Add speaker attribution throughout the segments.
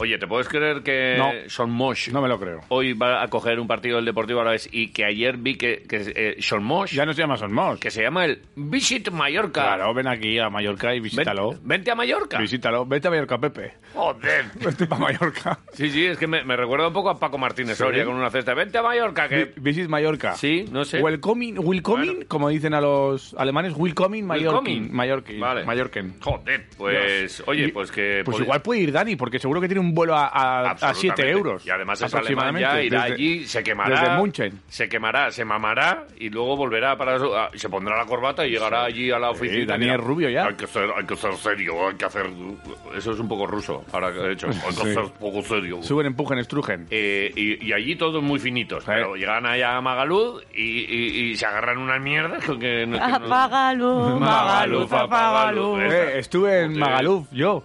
Speaker 1: Oye, ¿te puedes creer que
Speaker 2: No.
Speaker 1: Sean Mosh
Speaker 2: No me lo creo.
Speaker 1: hoy va a coger un partido del Deportivo Alavés y que ayer vi que, que eh, Sean Mosh,
Speaker 2: Ya no se llama Son Moss.
Speaker 1: que se llama el Visit Mallorca?
Speaker 2: Claro, ven aquí a Mallorca y
Speaker 1: Ven-
Speaker 2: visítalo.
Speaker 1: vente a Mallorca.
Speaker 2: Visítalo. Vete a Mallorca, Pepe.
Speaker 1: Joder.
Speaker 2: Vete para Mallorca.
Speaker 1: Sí, sí, es que me, me recuerda un poco a Paco Martínez
Speaker 2: Sí.
Speaker 1: Soria con una cesta. Vente a Mallorca, que...
Speaker 2: Vi- Visit Mallorca.
Speaker 1: Sí, no sé.
Speaker 2: Welcoming, welcoming
Speaker 1: Bueno.
Speaker 2: como dicen a los alemanes, welcoming
Speaker 1: Welcoming.
Speaker 2: Mallorquín. Mallorquín.
Speaker 1: Vale.
Speaker 2: Mallorquín.
Speaker 1: Joder, pues... Oye,
Speaker 2: Y-
Speaker 1: pues que...
Speaker 2: Pues
Speaker 1: podía-
Speaker 2: igual puede ir Dani, porque seguro que tiene un vuelo a- a, a,
Speaker 1: Absolutamente.
Speaker 2: 7 euros.
Speaker 1: Y además es alemán ya, irá
Speaker 2: desde-
Speaker 1: allí, se quemará.
Speaker 2: Desde München.
Speaker 1: Se quemará, se mamará y luego volverá para su- ah, se pondrá la corbata y llegará allí a la oficina.
Speaker 2: Dani es rubio ya.
Speaker 1: Hay que, ser, hay que ser serio, hay que hacer... Eso es un poco ruso, ahora que he hecho. Hay que
Speaker 2: Sí.
Speaker 1: ser un poco serio.
Speaker 2: Suben, empujen, estrujen.
Speaker 1: Eh, y, y allí todos muy finitos, pero llegan allá a Magalud y, y- y se agarran unas mierdas con que... no- que no-
Speaker 3: Apágalo,
Speaker 1: Magaluf,
Speaker 3: Magaluf, apágalo.
Speaker 1: apágalo.
Speaker 2: Eh, estuve en
Speaker 1: Sí.
Speaker 2: Magaluf, yo.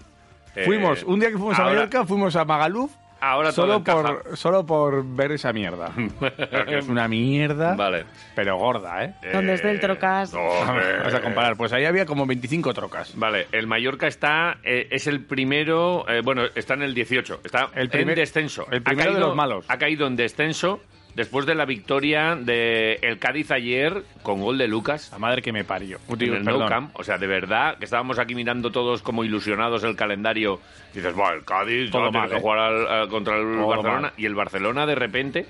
Speaker 1: Eh,
Speaker 2: fuimos, un día que fuimos
Speaker 1: ahora-
Speaker 2: a Mallorca, fuimos a Magaluf
Speaker 1: Ahora todo
Speaker 2: solo,
Speaker 1: encaja.
Speaker 2: por, solo por ver esa mierda. Porque es una mierda,
Speaker 1: Vale.
Speaker 2: pero gorda, ¿eh?
Speaker 3: Donde esté el trocas.
Speaker 1: hombre.
Speaker 2: Vamos a comparar. Pues ahí había como 25 trocas.
Speaker 1: Vale, el Mallorca está, eh, es el primero, eh, bueno, está en el 18, está
Speaker 2: El primer-
Speaker 1: en descenso.
Speaker 2: el
Speaker 1: Ha
Speaker 2: primero de los malos.
Speaker 1: Ha caído en descenso después de la victoria de el Cádiz ayer con gol de Lucas
Speaker 2: La madre que me parió.
Speaker 1: en
Speaker 2: Pues Digo,
Speaker 1: el
Speaker 2: perdón.
Speaker 1: Nou Camp. O sea, de verdad, que estábamos aquí mirando todos como ilusionados el calendario. Dices, va, el Cádiz
Speaker 2: Todo
Speaker 1: va a tener
Speaker 2: mal,
Speaker 1: que
Speaker 2: ¿eh?
Speaker 1: jugar al- al- contra el
Speaker 2: Todo
Speaker 1: Barcelona.
Speaker 2: mal.
Speaker 1: Y el Barcelona, de repente,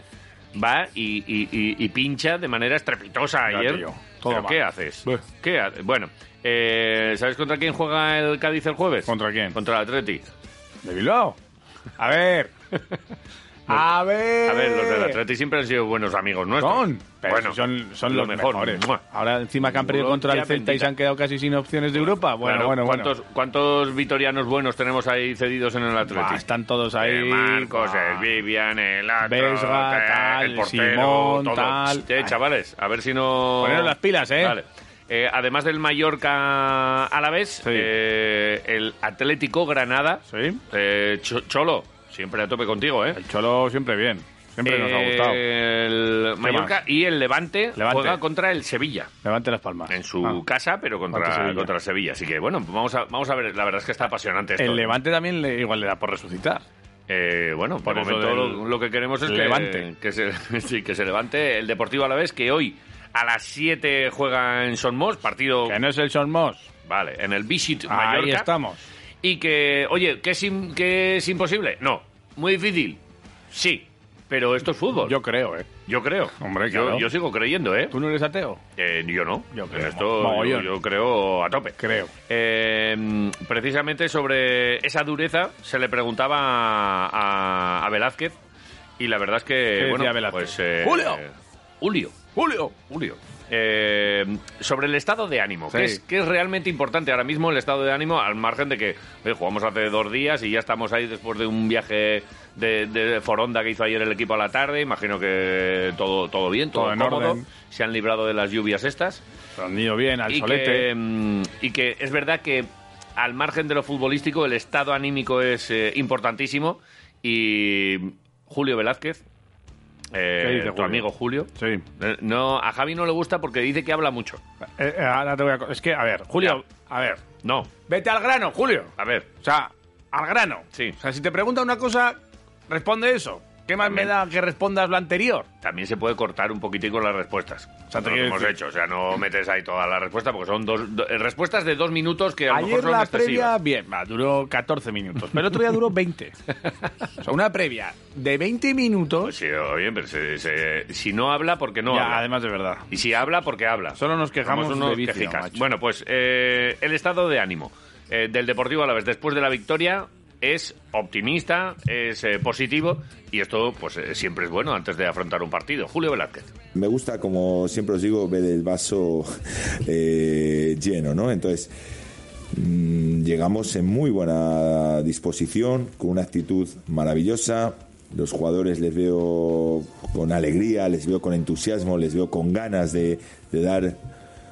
Speaker 1: va y, y- y- y pincha de manera estrepitosa
Speaker 2: Ya,
Speaker 1: ayer.
Speaker 2: tío, todo
Speaker 1: ¿Pero
Speaker 2: mal.
Speaker 1: qué haces?
Speaker 2: Bueh.
Speaker 1: ¿Qué ha- Bueno, eh, ¿sabes contra quién juega el Cádiz el jueves?
Speaker 2: ¿Contra quién?
Speaker 1: Contra el Atleti.
Speaker 2: ¿De Bilbao? A ver. a ver.
Speaker 1: A ver, los
Speaker 2: Eh.
Speaker 1: del Atleti siempre han sido buenos amigos nuestros.
Speaker 2: Son, pero
Speaker 1: bueno,
Speaker 2: si son, son
Speaker 1: lo
Speaker 2: los
Speaker 1: mejor.
Speaker 2: mejores.
Speaker 1: Mua.
Speaker 2: Ahora encima que han perdido
Speaker 1: Gloria
Speaker 2: contra el Celta y se
Speaker 1: bendita.
Speaker 2: han quedado casi sin opciones de Europa. Bueno,
Speaker 1: Claro,
Speaker 2: bueno, bueno.
Speaker 1: ¿cuántos, ¿Cuántos vitorianos buenos tenemos ahí cedidos en el Atleti?
Speaker 2: Bah, están todos ahí.
Speaker 1: El Marcos,
Speaker 2: Bah.
Speaker 1: el Vivian, el otro,
Speaker 2: Vesga,
Speaker 1: tal,
Speaker 2: tal,
Speaker 1: el portero,
Speaker 2: Simón,
Speaker 1: todo.
Speaker 2: tal.
Speaker 1: Eh, chavales, a ver si no...
Speaker 2: Poneros las pilas, ¿eh?
Speaker 1: Vale. Eh, además del Mallorca a la vez, eh, el Atlético Granada.
Speaker 2: Sí.
Speaker 1: Eh, Cho- Cholo, siempre a tope contigo, ¿eh?
Speaker 2: El Cholo siempre bien. Siempre nos ha gustado.
Speaker 1: El Mallorca
Speaker 2: más?
Speaker 1: y el Levante,
Speaker 2: Levante.
Speaker 1: juega contra el Sevilla.
Speaker 2: Levante las palmas.
Speaker 1: En su
Speaker 2: Ah.
Speaker 1: casa, pero contra
Speaker 2: Contra
Speaker 1: Sevilla.
Speaker 2: Sevilla.
Speaker 1: contra Sevilla. Así que, bueno, vamos a, vamos a ver. La verdad es que está apasionante esto.
Speaker 2: El Levante también le- igual le da por resucitar.
Speaker 1: Eh, bueno, por
Speaker 2: Por
Speaker 1: el
Speaker 2: eso
Speaker 1: momento
Speaker 2: del-
Speaker 1: lo, lo que queremos es que-
Speaker 2: Levante.
Speaker 1: Que, se, sí, que se levante el Deportivo a la vez, que hoy a las 7 juega en Son Mos, partido
Speaker 2: Que no es el Son Moss.
Speaker 1: vale, en el Visit
Speaker 2: Ahí
Speaker 1: Mallorca.
Speaker 2: estamos.
Speaker 1: Y que, oye, ¿que es, im- que es imposible? No, muy difícil. Sí, pero esto es fútbol.
Speaker 2: Yo creo, ¿eh?
Speaker 1: Yo creo.
Speaker 2: Hombre,
Speaker 1: Yo-
Speaker 2: claro.
Speaker 1: yo, sigo creyendo, ¿eh?
Speaker 2: ¿Tú no eres ateo?
Speaker 1: Eh, yo no.
Speaker 2: Yo
Speaker 1: En
Speaker 2: creo,
Speaker 1: esto yo,
Speaker 2: mogollón.
Speaker 1: yo creo a tope.
Speaker 2: Creo.
Speaker 1: Eh, precisamente sobre esa dureza se le preguntaba a, a- a Velázquez y la verdad es que
Speaker 2: decía
Speaker 1: bueno,
Speaker 2: Velázquez?
Speaker 1: pues eh,
Speaker 2: ¡Julio!
Speaker 1: Julio,
Speaker 2: ¡Julio!
Speaker 1: Julio. Eh, sobre el estado de ánimo,
Speaker 2: Sí.
Speaker 1: que, es, que es realmente importante ahora mismo el estado de ánimo, al margen de que oye, jugamos hace dos días y ya estamos ahí después de un viaje de, de foronda que hizo ayer el equipo a la tarde. Imagino que todo, todo bien, todo,
Speaker 2: Todo en
Speaker 1: cómodo.
Speaker 2: orden.
Speaker 1: Se han librado de las lluvias estas
Speaker 2: Han ido bien al
Speaker 1: y Que,
Speaker 2: solete.
Speaker 1: mm, y que es verdad que al margen de lo futbolístico, el estado anímico es eh, importantísimo. Y Julio Velázquez, eh,
Speaker 2: ¿Qué dice
Speaker 1: tu
Speaker 2: Julio?
Speaker 1: amigo Julio,
Speaker 2: Sí.
Speaker 1: eh, no, a Javi no le gusta porque dice que habla mucho.
Speaker 2: Eh, eh, ahora te voy a... co- Es que, a ver, Julio, a ver.
Speaker 1: No,
Speaker 2: Vete al grano, Julio.
Speaker 1: a ver,
Speaker 2: O sea, al grano.
Speaker 1: Sí.
Speaker 2: O sea, si te pregunta una cosa, responde eso. ¿Qué más
Speaker 1: También.
Speaker 2: me da que respondas lo anterior?
Speaker 1: también se puede cortar un poquitico las respuestas. O sea,
Speaker 2: sea,
Speaker 1: lo que
Speaker 2: te quiero
Speaker 1: hemos
Speaker 2: decir-
Speaker 1: hecho. O sea, no metes ahí toda la respuesta porque son dos, do- eh, respuestas de dos minutos que a lo mejor
Speaker 2: Ayer
Speaker 1: son
Speaker 2: la
Speaker 1: excesivas.
Speaker 2: previa, bien, va, duró 14 minutos, pero el otro día duró 20. o sea, una previa de 20 minutos.
Speaker 1: Pues Sí, oye, pero se- se- si no habla, porque no
Speaker 2: ya,
Speaker 1: habla.
Speaker 2: además de verdad.
Speaker 1: Y si habla, porque habla.
Speaker 2: Solo nos quejamos
Speaker 1: Somos unos
Speaker 2: de vicio,
Speaker 1: quejicas.
Speaker 2: macho.
Speaker 1: Bueno, pues eh, el estado de ánimo eh, del Deportivo Alavés después de la victoria es optimista, es eh, positivo y esto pues eh, siempre es bueno antes de afrontar un partido. Julio Velázquez.
Speaker 4: Me gusta, como siempre os digo, ver el vaso eh, lleno, ¿no? Entonces, Mm, Llegamos en muy buena disposición, con una actitud maravillosa. Los jugadores les veo con alegría, les veo con entusiasmo, les veo con ganas de, de dar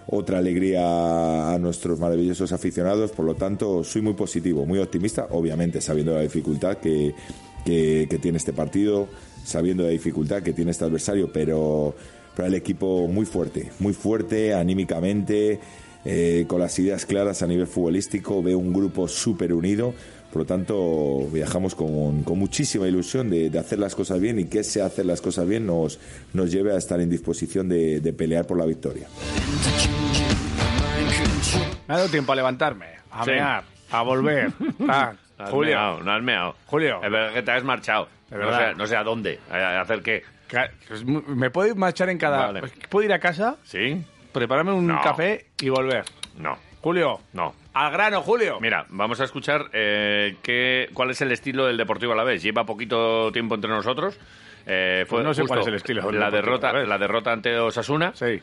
Speaker 4: otra alegría a nuestros maravillosos aficionados. Por lo tanto, soy muy positivo, muy optimista, obviamente sabiendo la dificultad que, que- que tiene este partido, sabiendo la dificultad que tiene este adversario, pero, pero el equipo muy fuerte, muy fuerte anímicamente, eh, con las ideas claras a nivel futbolístico, veo un grupo súper unido. Por lo tanto, viajamos con, con muchísima ilusión de, de hacer las cosas bien y que ese hacer las cosas bien nos, nos lleve a estar en disposición de- de pelear por la victoria.
Speaker 2: Me ha dado tiempo a levantarme, a
Speaker 1: Sí.
Speaker 2: mear, a volver. Ah,
Speaker 1: No has
Speaker 2: Julio,
Speaker 1: meao, no has meao.
Speaker 2: Julio.
Speaker 1: Es verdad que te has marchado.
Speaker 2: Es
Speaker 1: No
Speaker 2: verdad.
Speaker 1: sé, no sé a dónde, a a hacer qué.
Speaker 2: ca- pues, mu- ¿me puedo ir marchar en cada...? pues,
Speaker 1: Vale.
Speaker 2: ¿Puedo ir a casa,
Speaker 1: ¿Sí?
Speaker 2: prepararme un
Speaker 1: No.
Speaker 2: café y volver?
Speaker 1: No,
Speaker 2: Julio,
Speaker 1: no.
Speaker 2: al grano, Julio.
Speaker 1: Pues Mira, vamos a escuchar eh, qué, cuál es el estilo del Deportivo Alavés. Lleva poquito tiempo entre nosotros. Eh, fue
Speaker 2: Pues no sé
Speaker 1: justo
Speaker 2: cuál es el estilo del
Speaker 1: La
Speaker 2: Deportivo
Speaker 1: derrota,
Speaker 2: Alavés.
Speaker 1: la derrota ante Osasuna,
Speaker 2: Sí.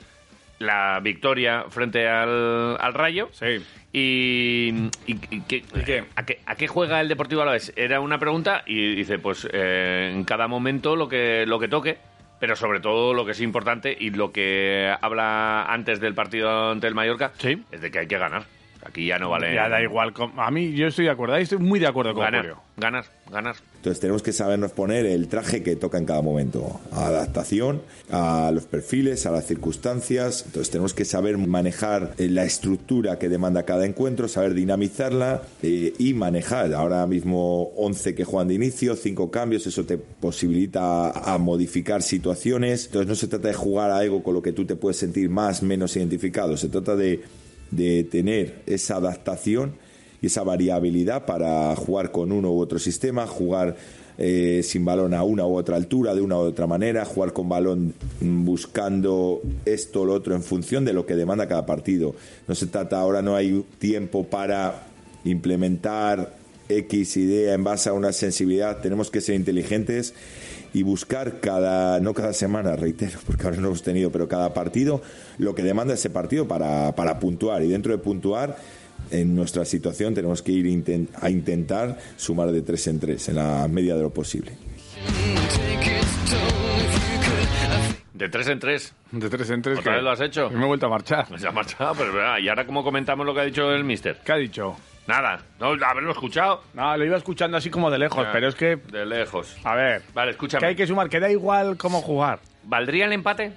Speaker 1: la victoria frente al, al Rayo.
Speaker 2: Sí.
Speaker 1: Y, y- y qué-
Speaker 2: qué?
Speaker 1: ¿a, qué, a qué juega el Deportivo Alavés? Era una pregunta y dice, pues eh, en cada momento lo que, lo que toque, pero sobre todo lo que es importante y lo que habla antes del partido ante el Mallorca
Speaker 2: Sí.
Speaker 1: es de que hay que ganar. Aquí ya no vale.
Speaker 2: Ya da igual. com- A mí, yo estoy de acuerdo. Ahí estoy muy de acuerdo con
Speaker 1: Ganar,
Speaker 2: Julio.
Speaker 1: ganar, ganar.
Speaker 4: Entonces tenemos que sabernos poner el traje que toca en cada momento, adaptación a los perfiles, a las circunstancias. Entonces tenemos que saber manejar eh, la estructura que demanda cada encuentro, saber dinamizarla eh, y manejar. Ahora mismo 11 que juegan de inicio, 5 cambios, eso te posibilita a modificar situaciones. Entonces no se trata de jugar a algo con lo que tú te puedes sentir más, menos identificado. Se trata de, de tener esa adaptación y esa variabilidad para jugar con uno u otro sistema, jugar eh, sin balón a una u otra altura, de una u otra manera, jugar con balón mm, buscando esto o lo otro en función de lo que demanda cada partido. No se trata ahora, no hay tiempo para implementar X idea en base a una sensibilidad. Tenemos que ser inteligentes y buscar cada, no cada semana, reitero, porque ahora no hemos tenido, pero cada partido, lo que demanda ese partido para, para puntuar. Y dentro de puntuar, en nuestra situación tenemos que ir inten- a intentar sumar de tres en tres, en la media de lo posible.
Speaker 1: De tres en tres.
Speaker 2: De tres en tres.
Speaker 1: ¿Otra
Speaker 2: que-
Speaker 1: vez lo has hecho?
Speaker 2: que Me he vuelto a marchar.
Speaker 1: Se ha marchado, pero es verdad. Y ahora, como comentamos lo que ha dicho el mister?
Speaker 2: ¿Qué ha dicho?
Speaker 1: Nada, no haberlo escuchado.
Speaker 2: No, lo iba escuchando así como de lejos, Pues, pero es que...
Speaker 1: De lejos.
Speaker 2: A ver,
Speaker 1: Vale, escúchame.
Speaker 2: que hay que sumar, que da igual cómo jugar.
Speaker 1: ¿Valdría el empate?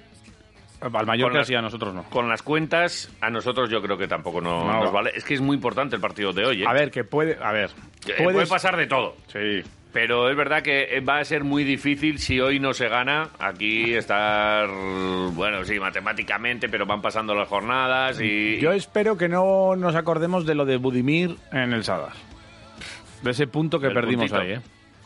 Speaker 2: Al
Speaker 1: Con
Speaker 2: Mallorca
Speaker 1: las-
Speaker 2: sí, a nosotros no.
Speaker 1: Con las cuentas, a nosotros yo creo que tampoco no-
Speaker 2: No.
Speaker 1: nos vale. Es que es muy importante el partido de hoy, ¿eh?
Speaker 2: A ver, que puede... A ver.
Speaker 1: Que eh,
Speaker 2: puedes-
Speaker 1: Puede pasar de todo.
Speaker 2: Sí.
Speaker 1: Pero es verdad que eh, va a ser muy difícil si hoy no se gana. Aquí estar, bueno, sí, matemáticamente, pero van pasando las jornadas y...
Speaker 2: Yo espero que no nos acordemos de lo de Budimir en el Sadar. De ese punto que
Speaker 1: El
Speaker 2: perdimos
Speaker 1: puntito.
Speaker 2: ahí, ¿eh?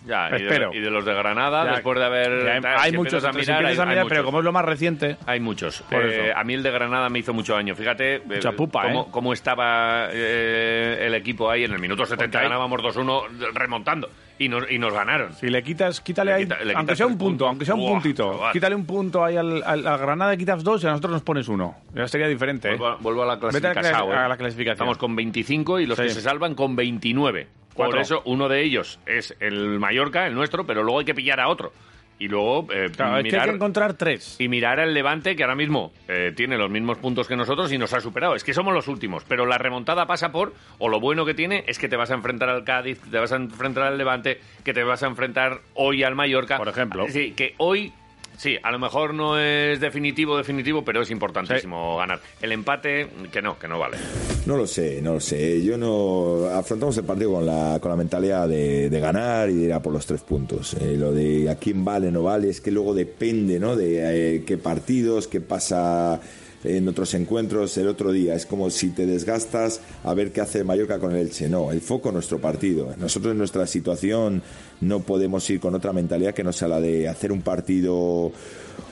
Speaker 1: Ya, y de,
Speaker 2: Espero.
Speaker 1: y de los de Granada,
Speaker 2: Ya,
Speaker 1: después de haber...
Speaker 2: ya hay-
Speaker 1: tal,
Speaker 2: hay
Speaker 1: ah, si
Speaker 2: muchos,
Speaker 1: empiezas
Speaker 2: a mirar,
Speaker 1: hay- hay
Speaker 2: pero
Speaker 1: muchos.
Speaker 2: como es lo más reciente...
Speaker 1: Hay muchos.
Speaker 2: Por
Speaker 1: Eh,
Speaker 2: eso.
Speaker 1: a mí el de Granada me hizo mucho daño. Fíjate eh,
Speaker 2: Mucha pupa,
Speaker 1: cómo,
Speaker 2: ¿eh?
Speaker 1: cómo estaba eh, el equipo ahí. En el minuto 70
Speaker 2: Porque hay-
Speaker 1: ganábamos 2-1 remontando y nos, y nos ganaron.
Speaker 2: Si le quitas, quítale
Speaker 1: Le
Speaker 2: ahí,
Speaker 1: quita- le
Speaker 2: aunque
Speaker 1: quitas
Speaker 2: sea
Speaker 1: tres
Speaker 2: un punto,
Speaker 1: puntos.
Speaker 2: aunque sea un
Speaker 1: Buah,
Speaker 2: puntito,
Speaker 1: chaval.
Speaker 2: quítale un punto ahí al, al- al Granada, quitas dos y a nosotros nos pones uno. Ya sería diferente, ¿eh?
Speaker 1: Vuelvo, a- vuelvo a la
Speaker 2: Vete a la
Speaker 1: clasificación. ¿eh?
Speaker 2: clasi- a la clasificación.
Speaker 1: Estamos con 25 y los
Speaker 2: Sí.
Speaker 1: que se salvan con 29. Por
Speaker 2: Cuatro.
Speaker 1: eso uno de ellos es el Mallorca, el nuestro, pero luego hay que pillar a otro. Y luego eh,
Speaker 2: Claro, es que hay
Speaker 1: mirar...
Speaker 2: que encontrar tres.
Speaker 1: y mirar al Levante, que ahora mismo eh, tiene los mismos puntos que nosotros y nos ha superado. Es que somos los últimos, pero la remontada pasa por, o lo bueno que tiene es que te vas a enfrentar al Cádiz, que te vas a enfrentar al Levante, que te vas a enfrentar hoy al Mallorca.
Speaker 2: Por ejemplo.
Speaker 1: Sí, que hoy, sí, a lo mejor no es definitivo, definitivo, pero es importantísimo ganar. El empate, que no, que no vale.
Speaker 4: No lo sé, no lo sé. Yo no. Afrontamos el partido con la, con la mentalidad de, de ganar y de ir a por los tres puntos. Eh, lo de a quién vale, no vale, es que luego depende, ¿no? De eh, qué partidos, qué pasa en otros encuentros el otro día. Es como si te desgastas a ver qué hace el Mallorca con el Elche. No, el foco nuestro partido. Nosotros en nuestra situación no podemos ir con otra mentalidad que no sea la de hacer un partido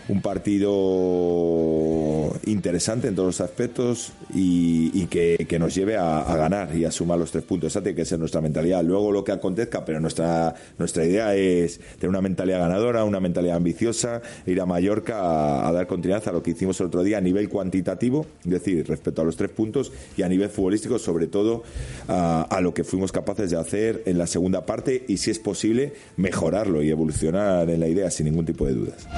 Speaker 4: un partido interesante en todos los aspectos y, y que, que nos lleve a, a ganar y a sumar los tres puntos. Esa tiene que ser nuestra mentalidad. Luego lo que acontezca, pero nuestra, nuestra idea es tener una mentalidad ganadora, una mentalidad ambiciosa, ir a Mallorca a, a dar continuidad a lo que hicimos el otro día a nivel cuantitativo, es decir, respecto a los tres puntos y a nivel futbolístico, sobre todo a, a lo que fuimos capaces de hacer en la segunda parte y si es posible mejorarlo y evolucionar en la idea sin ningún tipo de dudas.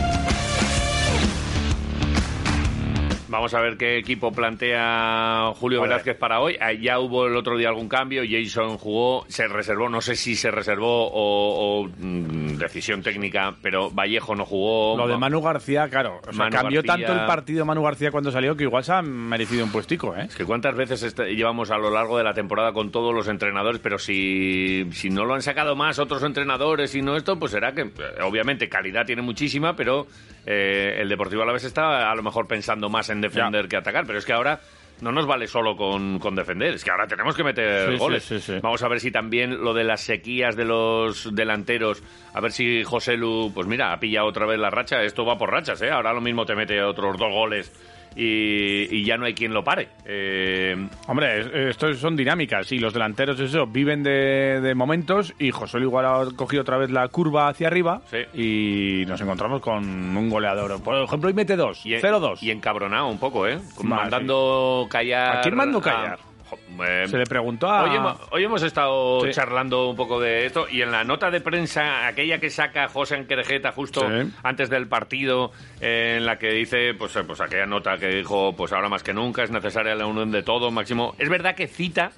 Speaker 1: Vamos a ver qué equipo plantea Julio Velázquez para hoy. Ah, Ya hubo el otro día algún cambio. Jason jugó, se reservó, no sé si se reservó o, o, mm, decisión técnica, pero Vallejo no jugó.
Speaker 2: Lo de Manu García, claro. o sea,
Speaker 1: Manu
Speaker 2: cambió
Speaker 1: García.
Speaker 2: tanto el partido Manu García cuando salió que igual se ha merecido un puestico, ¿eh?
Speaker 1: Es que cuántas veces est- llevamos a lo largo de la temporada con todos los entrenadores, pero si, si no lo han sacado más otros entrenadores y no esto, pues será que, eh, obviamente, calidad tiene muchísima, pero eh, el Deportivo Alavés está a lo mejor pensando más en defender que atacar. Pero es que ahora no nos vale solo con, con defender, es que ahora tenemos que meter
Speaker 2: Sí, sí,
Speaker 1: goles.
Speaker 2: sí, sí.
Speaker 1: Vamos a ver si también lo de las sequías de los delanteros, a ver si José Lu, pues mira, ha pillado otra vez la racha. Esto va por rachas, ¿eh? Ahora lo mismo te mete otros dos goles y, y ya no hay quien lo pare. Eh,
Speaker 2: Hombre, es- esto son dinámicas y los delanteros, eso, viven de, de momentos y José Luis igual ha cogido otra vez la curva hacia arriba y nos encontramos con un goleador. Por ejemplo, hoy mete dos,
Speaker 1: y,
Speaker 2: 0-2.
Speaker 1: Y encabronado un poco, ¿eh? Como
Speaker 2: Vale.
Speaker 1: Mandando callar.
Speaker 2: ¿A quién mando callar?
Speaker 1: Jo- eh,
Speaker 2: Se le preguntó a...
Speaker 1: Hoy, hemos, hoy hemos estado
Speaker 2: Sí.
Speaker 1: charlando un poco de esto y en la nota de prensa, aquella que saca José Anquerjeta justo
Speaker 2: Sí.
Speaker 1: antes del partido, eh, en la que dice, pues, eh, pues aquella nota que dijo, pues ahora más que nunca es necesaria la unión de todo, máximo. Es verdad que cita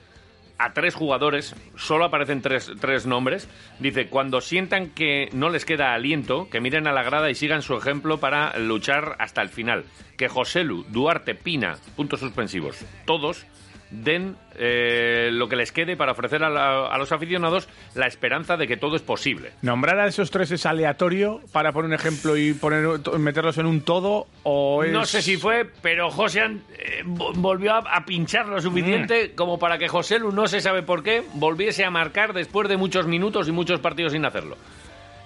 Speaker 1: a tres jugadores, solo aparecen tres, tres nombres. Dice, cuando sientan que no les queda aliento, que miren a la grada y sigan su ejemplo para luchar hasta el final. Que Joselu, Duarte, Pina, puntos suspensivos, todos den eh, lo que les quede para ofrecer a, la- a los aficionados la esperanza de que todo es posible.
Speaker 2: ¿Nombrar a esos tres es aleatorio para poner un ejemplo y poner, meterlos en un todo o es...
Speaker 1: No sé si fue, pero José An- eh, vo- volvió a, a pinchar lo
Speaker 2: Mm.
Speaker 1: suficiente como para que José Lu, no se sabe por qué, volviese a marcar después de muchos minutos y muchos partidos sin hacerlo.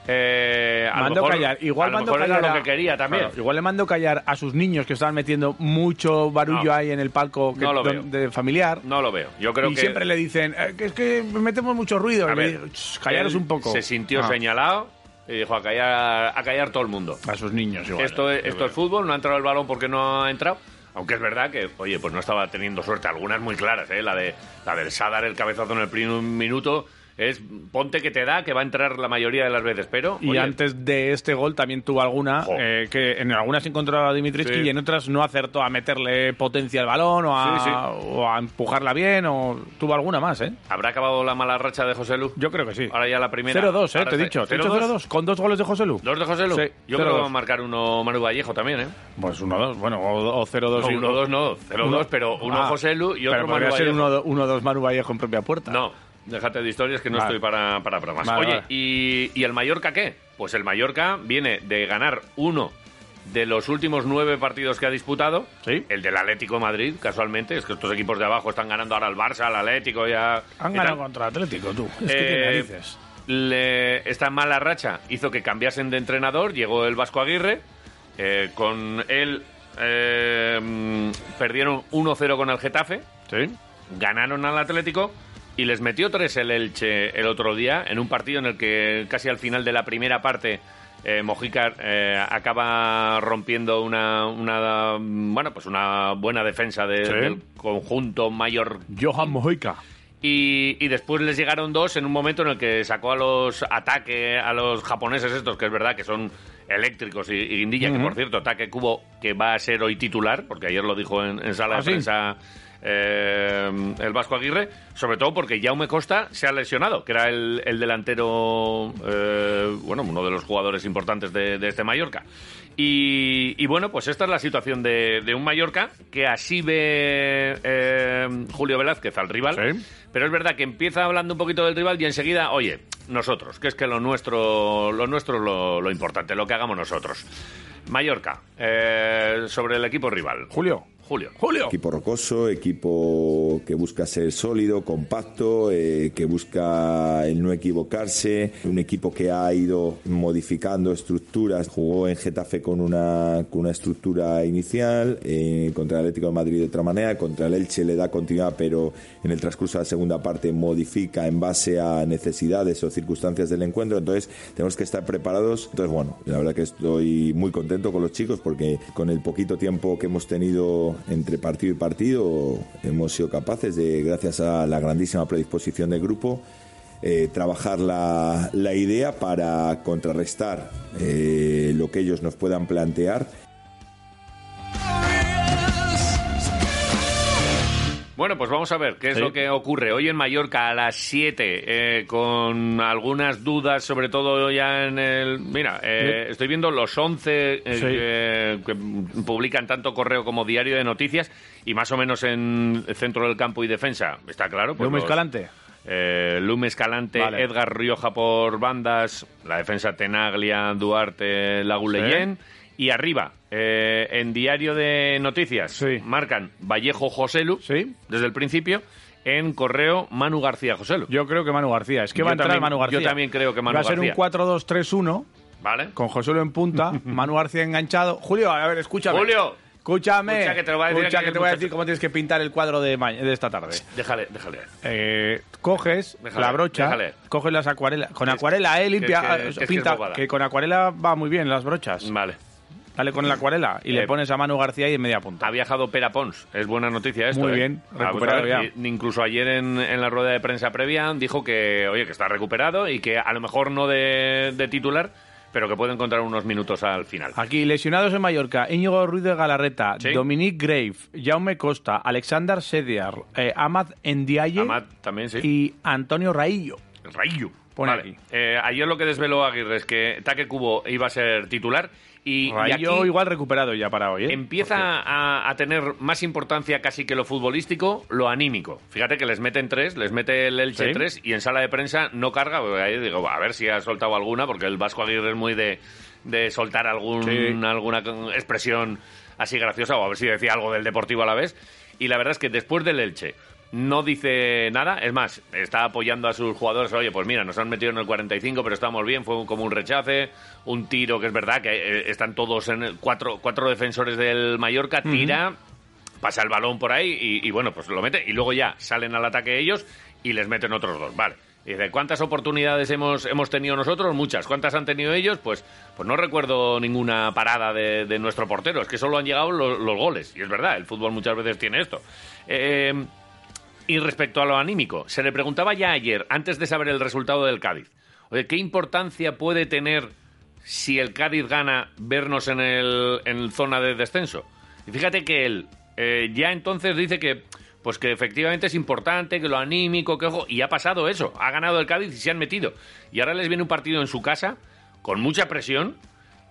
Speaker 1: Eh, a lo
Speaker 2: mando
Speaker 1: mejor-
Speaker 2: callar. Igual
Speaker 1: a lo
Speaker 2: mando
Speaker 1: mejor
Speaker 2: callar
Speaker 1: era
Speaker 2: a-
Speaker 1: lo que quería también.
Speaker 2: Claro, igual le mando callar a sus niños que estaban metiendo mucho barullo
Speaker 1: No.
Speaker 2: ahí en el palco que-
Speaker 1: No lo veo.
Speaker 2: de familiar.
Speaker 1: No lo veo. Yo creo
Speaker 2: y
Speaker 1: que
Speaker 2: siempre le dicen, "Eh, que es que metemos mucho ruido.
Speaker 1: a
Speaker 2: Y le
Speaker 1: ver,
Speaker 2: digo, "Shh, callaros
Speaker 1: él
Speaker 2: un poco.
Speaker 1: Se sintió
Speaker 2: Ah,
Speaker 1: señalado y dijo a callar, a callar todo el mundo.
Speaker 2: A sus niños igual.
Speaker 1: Esto es, esto es fútbol, no ha entrado el balón porque no ha entrado. Aunque es verdad que, oye, pues no estaba teniendo suerte. Algunas muy claras, ¿eh? La, de, la del Sadar, el cabezazo en el primer minuto, es ponte que te da, que va a entrar la mayoría de las veces. Pero,
Speaker 2: Y
Speaker 1: oye,
Speaker 2: antes de este gol también tuvo alguna,
Speaker 1: Jo.
Speaker 2: eh, que en algunas encontró a Dimitrisky
Speaker 1: Sí.
Speaker 2: y en otras no acertó a meterle potencia al balón o a,
Speaker 1: Sí, sí.
Speaker 2: o a empujarla bien o tuvo alguna más, ¿eh?
Speaker 1: ¿habrá acabado la mala racha de José Lu?
Speaker 2: Yo creo que sí.
Speaker 1: Ahora ya la primera.
Speaker 2: 0-2, eh,
Speaker 1: Ahora
Speaker 2: te he
Speaker 1: sí.
Speaker 2: dicho. Te he dicho 0-2 con dos goles de José Lu.
Speaker 1: ¿Dos de José Lu?
Speaker 2: Sí,
Speaker 1: Yo creo que
Speaker 2: 0-2.
Speaker 1: va a marcar uno Manu Vallejo también, ¿eh?
Speaker 2: Pues 1-2, bueno, o, o 0-2.
Speaker 1: No,
Speaker 2: y- Ah.
Speaker 1: 1-2 no, 0-2, pero uno José Lu y otro
Speaker 2: pero podría
Speaker 1: Manu
Speaker 2: ser
Speaker 1: Vallejo.
Speaker 2: 1-2 1-2 Manu Vallejo en propia puerta.
Speaker 1: No, déjate de historias que no
Speaker 2: Vale.
Speaker 1: estoy para, para bromas.
Speaker 2: Vale,
Speaker 1: Oye,
Speaker 2: vale.
Speaker 1: ¿y, y el Mallorca qué? Pues el Mallorca viene de ganar uno de los últimos nueve partidos que ha disputado.
Speaker 2: Sí.
Speaker 1: El del Atlético de Madrid, casualmente. Es que estos equipos de abajo están ganando ahora al Barça, al Atlético ya.
Speaker 2: Han ganado contra Atlético, tú. Es que
Speaker 1: Eh,
Speaker 2: qué narices.
Speaker 1: le- esta mala racha hizo que cambiasen de entrenador, llegó el Vasco Aguirre, eh, con él eh, mm, perdieron 1-0 con el Getafe,
Speaker 2: Sí.
Speaker 1: ganaron al Atlético y les metió tres el Elche el otro día en un partido en el que casi al final de la primera parte eh, Mojica eh, acaba rompiendo una, una mm, bueno pues una buena defensa de-
Speaker 2: Sí.
Speaker 1: del conjunto mayor
Speaker 2: Johan Mojica.
Speaker 1: y, y después les llegaron dos en un momento en el que sacó a los ataque a los japoneses estos que es verdad que son eléctricos y, y guindilla que por cierto ataque cubo que va a ser hoy titular porque ayer lo dijo en, en sala
Speaker 2: ¿Ah,
Speaker 1: de
Speaker 2: sí?
Speaker 1: prensa eh, el vasco Aguirre sobre todo porque Jaume Costa se ha lesionado que era el, el delantero eh, bueno uno de los jugadores importantes de, de este Mallorca y, y bueno pues esta es la situación de, de un Mallorca que así ve eh, Julio Velázquez al rival
Speaker 2: Sí.
Speaker 1: pero es verdad que empieza hablando un poquito del rival y enseguida, oye, nosotros, que es que lo nuestro, lo nuestro es lo, lo importante, lo que hagamos nosotros. Mallorca, eh, sobre el equipo rival.
Speaker 2: Julio.
Speaker 1: Julio.
Speaker 2: Julio.
Speaker 4: Equipo rocoso, equipo que busca ser sólido, compacto, eh, que busca el no equivocarse, un equipo que ha ido modificando estructuras, jugó en Getafe con una, con una estructura inicial, eh, contra el Atlético de Madrid de otra manera, contra el Elche le da continuidad, pero en el transcurso de la segunda parte modifica en base a necesidades o circunstancias del encuentro, entonces tenemos que estar preparados. Entonces, bueno, la verdad que estoy muy contento con los chicos porque con el poquito tiempo que hemos tenido entre partido y partido, hemos sido capaces de, gracias a la grandísima predisposición del grupo, eh, trabajar la, la idea para contrarrestar eh, lo que ellos nos puedan plantear.
Speaker 1: Bueno, pues vamos a ver qué es lo que ocurre hoy en Mallorca a las 7, eh, con algunas dudas, sobre todo ya en el... Mira, eh, estoy viendo los 11 eh, que-
Speaker 2: Sí.
Speaker 1: que publican tanto correo como diario de noticias y más o menos en el centro del campo y defensa, está claro. Pues
Speaker 2: Lume
Speaker 1: los-
Speaker 2: Escalante.
Speaker 1: Eh, Lume Escalante,
Speaker 2: Vale.
Speaker 1: Edgar Rioja por bandas, la defensa Tenaglia, Duarte, Laguleyen. Y arriba, eh, en Diario de Noticias,
Speaker 2: Sí.
Speaker 1: marcan Vallejo Joselu
Speaker 2: Sí.
Speaker 1: desde el principio. En correo, Manu García Joselu.
Speaker 2: Yo creo que Manu García. Es que
Speaker 1: Yo
Speaker 2: va a entrar
Speaker 1: también-
Speaker 2: Manu García.
Speaker 1: yo también creo que Manu
Speaker 2: Va a ser
Speaker 1: García.
Speaker 2: un 4-2-3-1
Speaker 1: ¿Vale?
Speaker 2: con Josuelo en punta, Manu García enganchado. Julio, a ver, escúchame.
Speaker 1: Julio.
Speaker 2: Escúchame.
Speaker 1: Escucha que te lo va a decir
Speaker 2: Escucha
Speaker 1: aquí
Speaker 2: que
Speaker 1: el
Speaker 2: te voy a
Speaker 1: muchacho.
Speaker 2: decir cómo tienes que pintar el cuadro de, ma- de esta tarde.
Speaker 1: Déjale, déjale.
Speaker 2: Eh, coges
Speaker 1: Déjale,
Speaker 2: la brocha,
Speaker 1: déjale.
Speaker 2: coges las acuarelas. Con
Speaker 1: Es-
Speaker 2: acuarela, eh, limpia.
Speaker 1: que- que-
Speaker 2: ah,
Speaker 1: es que es
Speaker 2: pinta,
Speaker 1: bobada.
Speaker 2: que con acuarela va muy bien las brochas.
Speaker 1: Vale.
Speaker 2: Dale con la acuarela y le
Speaker 1: Eh,
Speaker 2: pones a Manu García y en media punta.
Speaker 1: Ha viajado Pera Pons. Es buena noticia esto.
Speaker 2: Muy
Speaker 1: ¿eh?
Speaker 2: bien,
Speaker 1: Vamos a
Speaker 2: recuperado
Speaker 1: ver, y- Incluso ayer en, en la rueda de prensa previa dijo que, oye, que está recuperado y que a lo mejor no de, de titular, pero que puede encontrar unos minutos al final.
Speaker 2: Aquí, lesionados en Mallorca, Íñigo Ruiz de Galarreta,
Speaker 1: Sí.
Speaker 2: Dominique Grave, Jaume Costa, Alexander Sediar, eh, Amad Endiaye
Speaker 1: Amat también, sí.
Speaker 2: y Antonio Raillo.
Speaker 1: Rayo.
Speaker 2: Pone
Speaker 1: Vale.
Speaker 2: aquí.
Speaker 1: Eh, ayer lo que desveló Aguirre es que Taque Cubo iba a ser titular y, y
Speaker 2: Raillo
Speaker 1: aquí
Speaker 2: igual recuperado ya para hoy, ¿eh?
Speaker 1: empieza a, a tener más importancia casi que lo futbolístico, lo anímico. Fíjate que les meten tres, les mete el Elche
Speaker 2: Sí.
Speaker 1: tres y en sala de prensa no carga. porque Ahí digo, a ver si ha soltado alguna, porque el Vasco Aguirre es muy de, de soltar algún,
Speaker 2: Sí.
Speaker 1: alguna con- expresión así graciosa o a ver si decía algo del deportivo a la vez. Y la verdad es que después del Elche no dice nada, es más, está apoyando a sus jugadores, oye, pues mira, nos han metido en el 45, pero estamos bien, fue un- como un rechace, un tiro, que es verdad que eh, están todos en el- cuatro, cuatro defensores del Mallorca, tira, pasa el balón por ahí y, y bueno, pues lo mete y luego ya salen al ataque ellos y les meten otros dos, vale. Y dice, ¿cuántas oportunidades hemos, hemos tenido nosotros? Muchas. ¿Cuántas han tenido ellos? Pues, pues no recuerdo ninguna parada de, de nuestro portero. Es que solo han llegado lo- los goles. Y es verdad, el fútbol muchas veces tiene esto. Eh, y respecto a lo anímico, se le preguntaba ya ayer, antes de saber el resultado del Cádiz, oye, ¿qué importancia puede tener si el Cádiz gana vernos en el en zona de descenso? Y fíjate que él eh, ya entonces dice que pues que efectivamente es importante, que lo anímico, que ojo, y ha pasado eso, ha ganado el Cádiz y se han metido. Y ahora les viene un partido en su casa con mucha presión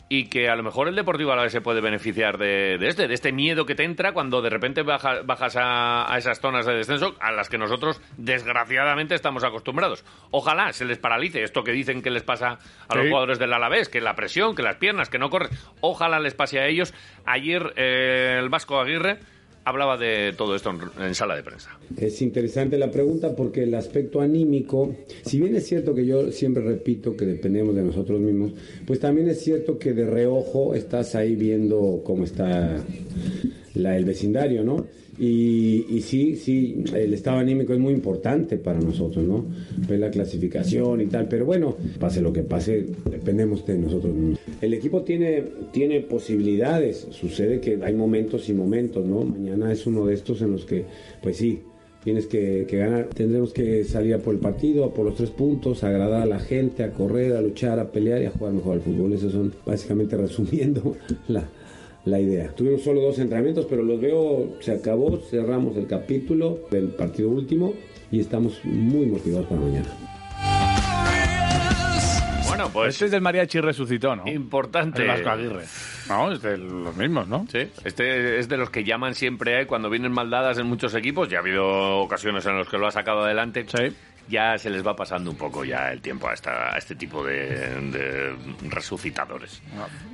Speaker 1: y que a lo mejor el Deportivo a la vez se puede beneficiar de, de este, de este miedo que te entra cuando de repente baja- bajas a, a esas zonas de descenso a las que nosotros desgraciadamente estamos acostumbrados. Ojalá se les paralice esto que dicen que les pasa a los
Speaker 2: Sí.
Speaker 1: jugadores del Alavés, que la presión, que las piernas, que no corren. Ojalá les pase a ellos. Ayer eh, el Vasco Aguirre hablaba de todo esto en- en sala de prensa.
Speaker 5: Es interesante la pregunta porque el aspecto anímico, si bien es cierto que yo siempre repito que dependemos de nosotros mismos, pues también es cierto que de reojo estás ahí viendo cómo está la, el vecindario, ¿no? Y, y sí, sí, el estado anímico es muy importante para nosotros, ¿no? Ver la clasificación y tal, pero bueno, pase lo que pase, dependemos de nosotros mismos. El equipo tiene, tiene posibilidades, sucede que hay momentos y momentos, ¿no? Mañana es uno de estos en los que, pues sí, Tienes que, que ganar, tendremos que salir a por el partido, a por los tres puntos, a agradar a la gente, a correr, a luchar, a pelear y a jugar mejor al fútbol. Eso son básicamente resumiendo la, la idea. Tuvimos solo dos entrenamientos, pero los veo, se acabó, cerramos el capítulo del partido último y estamos muy motivados para mañana.
Speaker 1: Bueno, pues
Speaker 2: Este es del Mariachi Resucitó, ¿no?
Speaker 1: importante.
Speaker 2: El Vasco Aguirre. No, es de los mismos, ¿no?
Speaker 1: Sí, este es de los que llaman siempre ¿eh? cuando vienen maldadas en muchos equipos. Ya ha habido ocasiones en las que lo ha sacado adelante.
Speaker 2: Sí.
Speaker 1: Ya se les va pasando un poco ya el tiempo a, esta- a este tipo de, de resucitadores.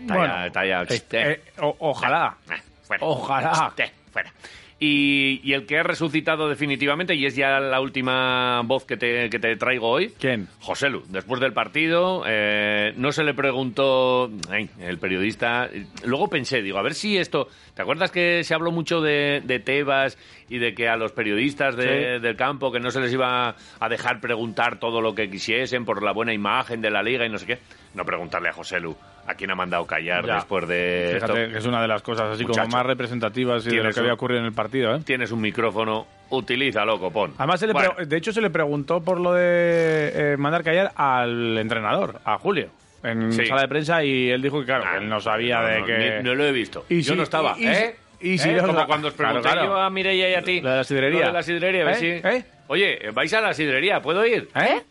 Speaker 1: Talla- talla-
Speaker 2: Ah, eh, eh, o- ojalá.
Speaker 1: Ah, fuera.
Speaker 2: Ojalá.
Speaker 1: Te. fuera. Y, y el que ha resucitado definitivamente, y es ya la última voz que te, que te traigo hoy.
Speaker 2: ¿Quién?
Speaker 1: José Lu. Después del partido, eh, no se le preguntó. ay, el periodista. Luego pensé, digo, a ver si esto. ¿Te acuerdas que se habló mucho de, de Tebas y de que a los periodistas de- del campo que no se les iba a dejar preguntar todo lo que quisiesen por la buena imagen de la liga y no sé qué? No preguntarle a José Lu a quién ha mandado callar
Speaker 2: Ya.
Speaker 1: después de. Eh, esto.
Speaker 2: Fíjate que es una de las cosas así
Speaker 1: Muchacho.
Speaker 2: como más representativas y de lo
Speaker 1: Tienes
Speaker 2: que
Speaker 1: un-
Speaker 2: había ocurrido en el partido, ¿eh?
Speaker 1: Tienes un micrófono, utilízalo, copón.
Speaker 2: Además, se le
Speaker 1: Bueno,
Speaker 2: pre- de hecho, se le preguntó por lo de eh, mandar callar al entrenador, a Julio, en
Speaker 1: Sí. Ah,
Speaker 2: sala de prensa, y él dijo que, claro, que él no sabía
Speaker 1: no,
Speaker 2: de
Speaker 1: no,
Speaker 2: que...
Speaker 1: ni- no lo he visto.
Speaker 2: Y
Speaker 1: yo
Speaker 2: si-
Speaker 1: no estaba.
Speaker 2: y- y-
Speaker 1: ¿Eh?
Speaker 2: y si
Speaker 1: ¿Eh?
Speaker 2: yo no-
Speaker 1: Como cuando os pregunté
Speaker 2: Claro, claro.
Speaker 1: yo a Mireia y a ti.
Speaker 2: Lo de la sidrería.
Speaker 1: Lo de la sidrería, a ver
Speaker 2: ¿Eh?
Speaker 1: si-
Speaker 2: ¿Eh?
Speaker 1: Oye, ¿vais a la sidrería? ¿Puedo ir?
Speaker 2: ¿Eh?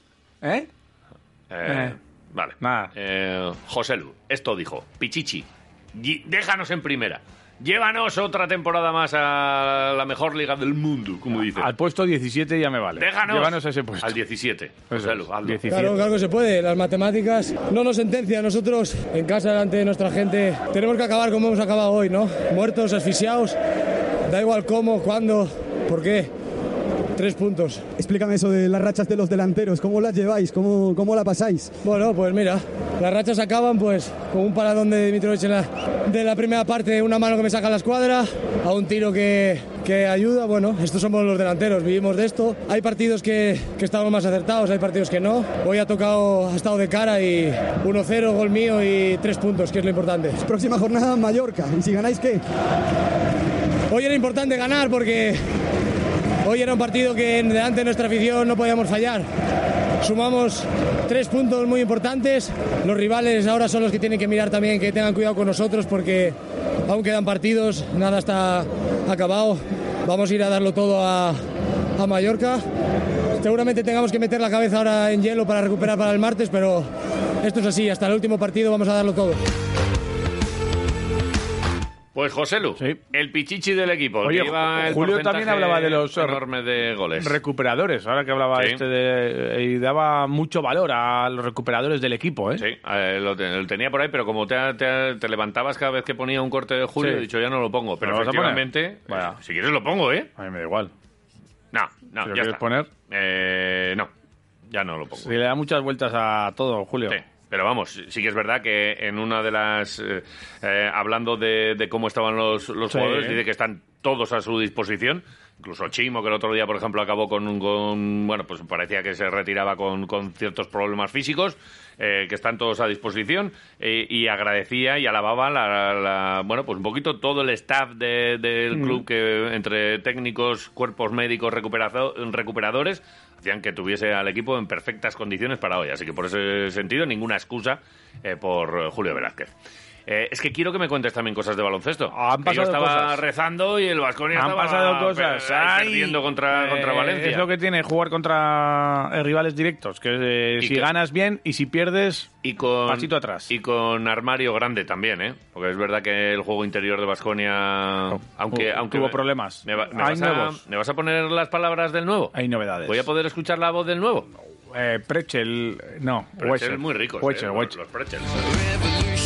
Speaker 2: ¿Eh?
Speaker 1: Eh,
Speaker 2: Eh.
Speaker 1: Vale.
Speaker 2: Nada.
Speaker 1: Eh, José Lu, esto dijo. Pichichi, y- déjanos en primera. Llévanos otra temporada más a la mejor liga del mundo, como dice.
Speaker 2: Al puesto 17 ya me vale.
Speaker 1: Déjanos.
Speaker 2: Llévanos a ese puesto.
Speaker 1: Al 17.
Speaker 2: Eso
Speaker 1: José
Speaker 2: es,
Speaker 1: Lu, hazlo.
Speaker 2: 17.
Speaker 6: Claro, claro que se puede. Las matemáticas no nos sentencian. Nosotros, en casa, delante de nuestra gente, tenemos que acabar como hemos acabado hoy, ¿no? Muertos, asfixiados, da igual cómo, cuándo, por qué. Tres puntos.
Speaker 7: Explícame eso de las rachas de los delanteros, ¿cómo las lleváis? ¿Cómo, cómo la pasáis?
Speaker 6: Bueno, pues mira, las rachas acaban pues con un paradón de Dimitrovic en la, de la primera parte, una mano que me saca la escuadra, a un tiro que, que ayuda. Bueno, estos somos los delanteros, vivimos de esto. Hay partidos que, que estamos más acertados, hay partidos que no. Hoy ha tocado, ha estado de cara y 1-0, gol mío y tres puntos, que es lo importante.
Speaker 7: Próxima jornada Mallorca, ¿y si ganáis qué?
Speaker 6: Hoy era importante ganar porque hoy era un partido que en- delante de nuestra afición no podíamos fallar. Sumamos tres puntos muy importantes. Los rivales ahora son los que tienen que mirar también que tengan cuidado con nosotros porque aún quedan partidos, nada está acabado. Vamos a ir a darlo todo a, a Mallorca. Seguramente tengamos que meter la cabeza ahora en hielo para recuperar para el martes, pero esto es así. Hasta el último partido vamos a darlo todo.
Speaker 1: Pues José Lu,
Speaker 2: Sí.
Speaker 1: el pichichi del equipo. el
Speaker 2: Oye,
Speaker 1: que lleva el
Speaker 2: Julio también
Speaker 1: porcentaje
Speaker 2: hablaba de los- eh,
Speaker 1: enorme de goles.
Speaker 2: Recuperadores, ahora que hablaba
Speaker 1: Sí.
Speaker 2: este de... Y daba mucho valor a los recuperadores del equipo, ¿eh?
Speaker 1: Sí, eh, lo, te- lo tenía por ahí, pero como te, te- te levantabas cada vez que ponía un corte de Julio,
Speaker 2: Sí.
Speaker 1: he dicho ya no lo pongo. Pero
Speaker 2: ¿No lo vas a poner?
Speaker 1: efectivamente,
Speaker 2: Vaya.
Speaker 1: eh, si quieres lo pongo, ¿eh?
Speaker 2: A mí me da igual.
Speaker 1: No, no,
Speaker 2: ¿Si lo
Speaker 1: ya
Speaker 2: quieres
Speaker 1: está.
Speaker 2: poner?
Speaker 1: Eh, no, ya no lo pongo.
Speaker 2: Se le da muchas vueltas a todo, Julio.
Speaker 1: Sí, Pero vamos, sí que es verdad que en una de las. eh, eh, hablando de, de cómo estaban los, los
Speaker 2: Sí.
Speaker 1: jugadores, dice que están todos a su disposición. Incluso Chimo, que el otro día, por ejemplo, acabó con un. con- bueno, pues parecía que se retiraba con, con ciertos problemas físicos, eh, que están todos a disposición. eh, y agradecía y alababa, la, la- bueno, pues un poquito todo el staff de-
Speaker 2: Mm.
Speaker 1: del club, que entre técnicos, cuerpos médicos, recuperazo- recuperadores, hacían que tuviese al equipo en perfectas condiciones para hoy. Así que por ese sentido, ninguna excusa eh, por eh, Julio Velázquez. Eh, es que quiero que me cuentes también cosas de baloncesto.
Speaker 2: Han
Speaker 1: Que yo
Speaker 2: pasado
Speaker 1: estaba
Speaker 2: cosas.
Speaker 1: rezando y el Vasconia
Speaker 2: Han
Speaker 1: estaba
Speaker 2: pasado cosas.
Speaker 1: per- ahí
Speaker 2: Ay.
Speaker 1: perdiendo contra,
Speaker 2: Eh,
Speaker 1: contra Valencia.
Speaker 2: Es lo que tiene jugar contra eh, rivales directos. Que eh,
Speaker 1: Y
Speaker 2: si
Speaker 1: que-
Speaker 2: ganas bien y si pierdes.
Speaker 1: Y con,
Speaker 2: Pasito atrás.
Speaker 1: Y con armario grande también, ¿eh? Porque es verdad que el juego interior de Vasconia. Aunque,
Speaker 2: Hubo-
Speaker 1: aunque.
Speaker 2: hubo Oh, problemas.
Speaker 1: Me, va- me
Speaker 2: Hay
Speaker 1: vas a,
Speaker 2: nuevos.
Speaker 1: ¿Me vas a poner las palabras del nuevo?
Speaker 2: Hay novedades.
Speaker 1: ¿Voy a poder escuchar la voz del nuevo?
Speaker 2: Eh, Prechel. No,
Speaker 1: Pretzel
Speaker 2: Wetzel.
Speaker 1: muy ricos. ¿eh?
Speaker 2: Wetzel,
Speaker 1: Los-
Speaker 2: Wetzel.
Speaker 1: los pretzels.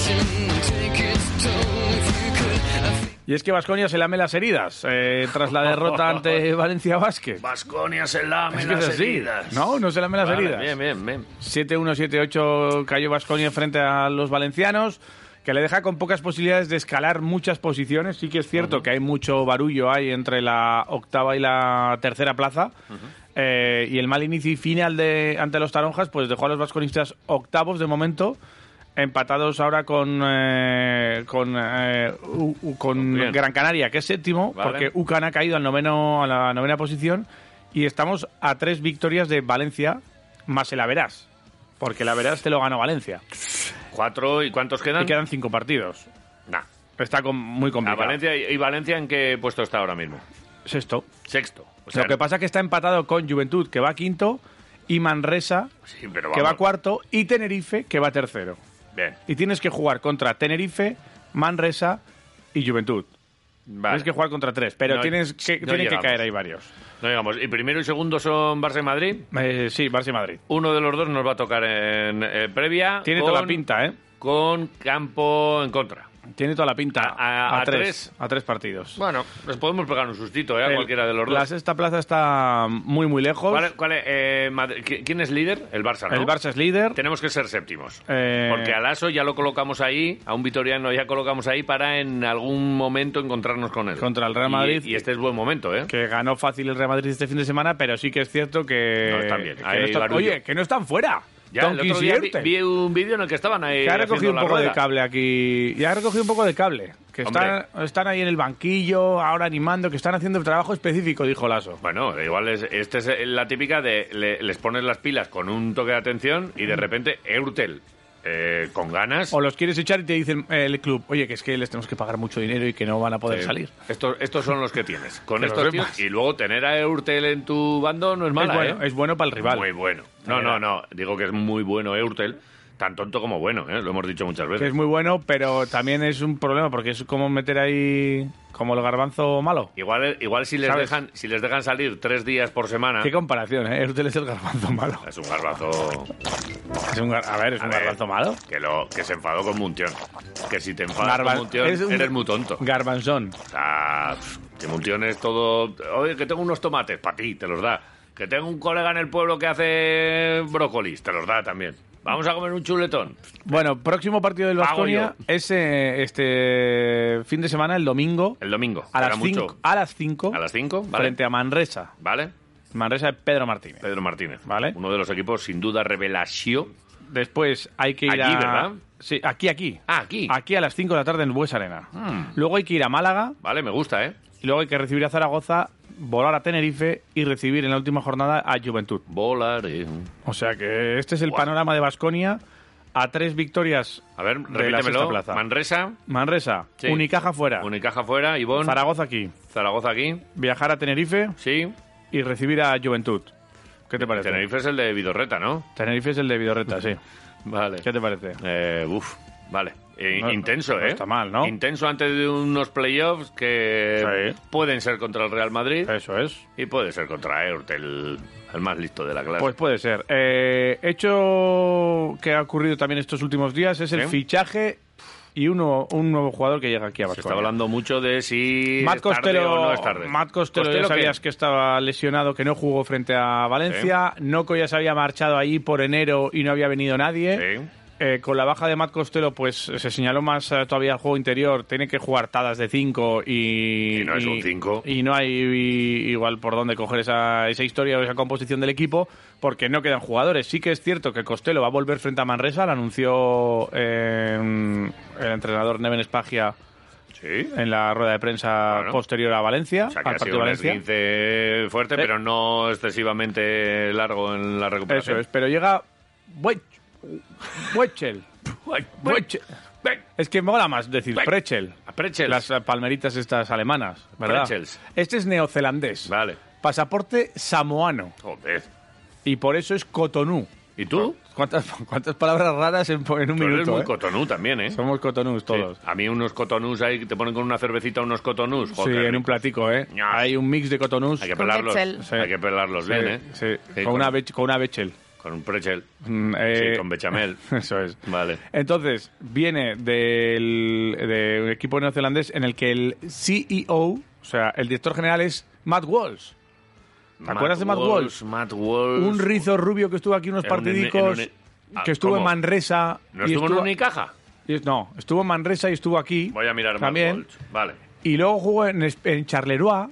Speaker 2: Y es que Vasconia se lame las heridas eh, tras la derrota ante Valencia Vázquez.
Speaker 1: Vasconia se lame
Speaker 2: Es que es
Speaker 1: las
Speaker 2: así.
Speaker 1: heridas.
Speaker 2: No, no se lame las
Speaker 1: Vale,
Speaker 2: heridas.
Speaker 1: Bien, bien, bien.
Speaker 2: 7-1-7-8 cayó Vasconia frente a los valencianos, que le deja con pocas posibilidades de escalar muchas posiciones. Sí que es cierto que hay mucho barullo ahí entre la octava y la tercera plaza. Eh, y el mal inicio y final de, ante los Taronjas, pues dejó a los vasconistas octavos de momento. Empatados ahora con eh, con, eh, U- U- con
Speaker 1: Bien.
Speaker 2: Gran Canaria, que es séptimo,
Speaker 1: Vale.
Speaker 2: porque UCAN ha caído al noveno, a la novena posición. Y estamos a tres victorias de Valencia, más el Averás. Porque el Averás te lo ganó Valencia.
Speaker 1: Cuatro, ¿y cuántos quedan?
Speaker 2: Y quedan cinco partidos.
Speaker 1: Nah.
Speaker 2: Está com- muy
Speaker 1: A
Speaker 2: complicado.
Speaker 1: Valencia, ¿Y Valencia en qué puesto está ahora mismo?
Speaker 2: Sexto.
Speaker 1: Sexto. O sea,
Speaker 2: lo que pasa es que está empatado con Juventud, que va quinto, y Manresa,
Speaker 1: Sí, pero
Speaker 2: que va
Speaker 1: vamos.
Speaker 2: cuarto, y Tenerife, que va tercero.
Speaker 1: Bien.
Speaker 2: Y tienes que jugar contra Tenerife, Manresa y Juventud.
Speaker 1: Vale.
Speaker 2: Tienes que jugar contra tres, pero
Speaker 1: No-
Speaker 2: tienes que,
Speaker 1: no
Speaker 2: tienen que
Speaker 1: llegamos.
Speaker 2: caer ahí varios.
Speaker 1: No digamos. Y primero y segundo son Barça y Madrid.
Speaker 2: Eh, sí, Barça y Madrid.
Speaker 1: Uno de los dos nos va a tocar en eh, previa.
Speaker 2: Tiene
Speaker 1: con-
Speaker 2: toda la pinta, ¿eh?
Speaker 1: Con campo en contra.
Speaker 2: Tiene toda la pinta.
Speaker 1: A- a- a tres.
Speaker 2: A tres partidos.
Speaker 1: Bueno, nos podemos pegar un sustito, ¿eh? A
Speaker 2: El-
Speaker 1: cualquiera de los
Speaker 2: La
Speaker 1: dos.
Speaker 2: sexta plaza está muy, muy lejos.
Speaker 1: ¿Cuál- cuál es, eh, Madrid- qui- ¿Quién es líder? El Barça, ¿no?
Speaker 2: El Barça es líder.
Speaker 1: Tenemos que ser séptimos.
Speaker 2: Eh,
Speaker 1: Porque a Lasso ya lo colocamos ahí, a un Vitoriano ya colocamos ahí para en algún momento encontrarnos con él.
Speaker 2: Contra el Real
Speaker 1: Y-
Speaker 2: Madrid.
Speaker 1: Y, este es buen momento, ¿eh?
Speaker 2: que ganó fácil el Real Madrid este fin de semana, pero sí que es cierto que.
Speaker 1: No, están bien.
Speaker 2: que
Speaker 1: Ahí,
Speaker 2: no están-
Speaker 1: barullo.
Speaker 2: oye, que no están fuera.
Speaker 1: Ya el
Speaker 2: Don
Speaker 1: otro día vi,
Speaker 2: Quixote.
Speaker 1: vi un vídeo en el que estaban ahí.
Speaker 2: Que ha
Speaker 1: haciendo
Speaker 2: recogido un
Speaker 1: la
Speaker 2: poco de
Speaker 1: rueda.
Speaker 2: cable aquí. Ya ha recogido un poco de cable. Que están, están ahí en el banquillo, ahora animando, que están haciendo el trabajo específico, dijo Lasso.
Speaker 1: Bueno, igual es, esta es eh, la típica de le- les pones las pilas con un toque de atención y de repente Eurtel eh, con ganas.
Speaker 2: O los quieres echar y te dicen eh, el club, oye, que es que les tenemos que pagar mucho dinero y que no van a poder
Speaker 1: eh,
Speaker 2: salir.
Speaker 1: Estos, estos son los que tienes. Con
Speaker 2: Que
Speaker 1: estos
Speaker 2: los
Speaker 1: tíos.
Speaker 2: demás.
Speaker 1: Y luego tener a Eurtel en tu bando no es mala,
Speaker 2: es, bueno,
Speaker 1: ¿eh?
Speaker 2: es bueno para el rival.
Speaker 1: Muy bueno. No, no, no. Digo que es muy bueno Eurtel. Tan tonto como bueno, ¿eh? Lo hemos dicho muchas
Speaker 2: Que
Speaker 1: veces.
Speaker 2: es muy bueno, pero también es un problema porque es como meter ahí como el garbanzo malo.
Speaker 1: Igual, eh, igual si, les
Speaker 2: ¿Sabes?
Speaker 1: dejan, si les dejan salir tres días por semana...
Speaker 2: Qué comparación, ¿eh? Usted es el garbanzo malo.
Speaker 1: Es un garbazo...
Speaker 2: Es un gar- A ver, es
Speaker 1: A
Speaker 2: un
Speaker 1: ver,
Speaker 2: garbanzo malo.
Speaker 1: Que, lo, que se enfadó con Muntión. Que si te enfadas
Speaker 2: Garban-
Speaker 1: con Muntión,
Speaker 2: es un-
Speaker 1: eres muy tonto.
Speaker 2: Garbanzón.
Speaker 1: O sea, pf, que Muntión es todo... Oye, que tengo unos tomates, para ti, te los da. Que tengo un colega en el pueblo que hace brócolis, te los da también. Vamos a comer un chuletón.
Speaker 2: Bueno, próximo partido del
Speaker 1: Pago
Speaker 2: Vasconia
Speaker 1: yo.
Speaker 2: es eh, este fin de semana, el domingo,
Speaker 1: El domingo.
Speaker 2: a
Speaker 1: Será
Speaker 2: las
Speaker 1: mucho.
Speaker 2: 5, a las 5,
Speaker 1: A las 5, ¿vale?
Speaker 2: frente a Manresa.
Speaker 1: ¿Vale?
Speaker 2: Manresa de Pedro Martínez.
Speaker 1: Pedro Martínez.
Speaker 2: Vale.
Speaker 1: Uno de los equipos, sin duda, revelación.
Speaker 2: Después hay que ir
Speaker 1: Allí,
Speaker 2: a...
Speaker 1: ¿verdad?
Speaker 2: Sí, aquí, aquí.
Speaker 1: Ah, aquí. Hmm.
Speaker 2: Aquí a las 5 de la tarde en Bues Arena. Luego hay que ir a Málaga,
Speaker 1: Vale, me gusta, ¿eh?
Speaker 2: y luego hay que recibir a Zaragoza, volar a Tenerife y recibir en la última jornada a Juventud.
Speaker 1: Volar.
Speaker 2: O sea que este es el
Speaker 1: Guau.
Speaker 2: panorama de Vasconia a tres victorias
Speaker 1: A ver,
Speaker 2: de la sexta
Speaker 1: repítemelo.
Speaker 2: plaza.
Speaker 1: Manresa.
Speaker 2: Manresa,
Speaker 1: Sí.
Speaker 2: Unicaja fuera,
Speaker 1: Unicaja fuera, Ivón.
Speaker 2: Zaragoza aquí,
Speaker 1: Zaragoza aquí.
Speaker 2: viajar a Tenerife
Speaker 1: Sí.
Speaker 2: y recibir a Juventud. ¿Qué te parece?
Speaker 1: Tenerife es el de Vidorreta, ¿no?
Speaker 2: Tenerife es el de Vidorreta, sí.
Speaker 1: Vale.
Speaker 2: ¿Qué te parece?
Speaker 1: Eh, uf, vale. Eh,
Speaker 2: No-
Speaker 1: Intenso,
Speaker 2: no
Speaker 1: ¿eh?
Speaker 2: está mal, ¿no?
Speaker 1: Intenso antes de unos playoffs que
Speaker 2: Sí.
Speaker 1: pueden ser contra el Real Madrid
Speaker 2: Eso es.
Speaker 1: y puede ser contra Eurt, el, el más listo de la clase.
Speaker 2: Pues puede ser. Eh, hecho que ha ocurrido también estos últimos días es el
Speaker 1: Sí.
Speaker 2: fichaje y uno, un nuevo jugador que llega aquí a
Speaker 1: Se está
Speaker 2: Vasconia.
Speaker 1: hablando mucho de si
Speaker 2: Matt
Speaker 1: es tarde
Speaker 2: Costello,
Speaker 1: o no es tarde.
Speaker 2: Matt Costello, ya
Speaker 1: ¿qué?
Speaker 2: sabías que estaba lesionado, que no jugó frente a Valencia. Noco ya se había marchado ahí por enero y no había venido nadie.
Speaker 1: Sí.
Speaker 2: Eh, con la baja de Matt Costello, pues se señaló más eh, todavía el juego interior. Tiene que jugar tadas de 5 y,
Speaker 1: Y no es un cinco.
Speaker 2: Y no hay i- igual por dónde coger esa, esa historia o esa composición del equipo, porque no quedan jugadores. Sí que es cierto que Costello va a volver frente a Manresa, lo anunció eh, el entrenador Neven Espagia
Speaker 1: Sí.
Speaker 2: en la rueda de prensa
Speaker 1: Claro.
Speaker 2: posterior a Valencia,
Speaker 1: O sea, que
Speaker 2: Eh, al
Speaker 1: ha sido
Speaker 2: partido
Speaker 1: un
Speaker 2: Valencia.
Speaker 1: esguince fuerte,
Speaker 2: Sí.
Speaker 1: pero no excesivamente largo en la
Speaker 2: Eso
Speaker 1: recuperación.
Speaker 2: es, pero llega Buech- Buechel. Buechel. Es que mola más decir
Speaker 1: Buech-
Speaker 2: Prechel.
Speaker 1: A Prechels.
Speaker 2: Las eh, palmeritas estas alemanas, ¿verdad?
Speaker 1: Prechels.
Speaker 2: Este es neozelandés.
Speaker 1: Vale.
Speaker 2: Pasaporte samoano.
Speaker 1: Joder.
Speaker 2: Y por eso es Cotonú.
Speaker 1: ¿Y tú?
Speaker 2: ¿Cuántas, cuántas palabras raras en, po- en un
Speaker 1: Tú eres
Speaker 2: minuto?
Speaker 1: muy
Speaker 2: eh?
Speaker 1: cotonú también, ¿eh?
Speaker 2: Somos Cotonús
Speaker 1: Sí.
Speaker 2: todos.
Speaker 1: A mí unos cotonús ahí que te ponen con una cervecita unos cotonús.
Speaker 2: Sí,
Speaker 1: Joder,
Speaker 2: en un platico, ¿eh?
Speaker 1: Ñas.
Speaker 2: Hay un mix de Cotonús.
Speaker 1: Hay que
Speaker 3: Con
Speaker 1: pelarlos.
Speaker 3: pretzel.
Speaker 2: Sí.
Speaker 1: Hay que pelarlos bien, ¿eh?
Speaker 2: Sí, sí,
Speaker 1: Sí,
Speaker 2: con, una bech- con una Bechel.
Speaker 1: con un pretzel.
Speaker 2: Mm, eh,
Speaker 1: Sí, con bechamel.
Speaker 2: Eso es.
Speaker 1: Vale.
Speaker 2: Entonces, viene del, de un equipo neozelandés en el que el CEO, o sea, el director general es Matt Walsh.
Speaker 1: Matt
Speaker 2: acuerdas de Matt Walsh?
Speaker 1: Matt Walsh.
Speaker 2: Un rizo rubio que estuvo aquí unos
Speaker 1: Pues, En un-
Speaker 2: partidicos,
Speaker 1: en un- Ah,
Speaker 2: que estuvo
Speaker 1: ¿cómo?
Speaker 2: en Manresa.
Speaker 1: ¿No
Speaker 2: y
Speaker 1: estuvo en Unicaja?
Speaker 2: y es- No, estuvo en Manresa y estuvo aquí.
Speaker 1: Voy a mirar a
Speaker 2: también.
Speaker 1: Matt Walsh. Vale.
Speaker 2: Y luego jugó en, es- en Charleroi,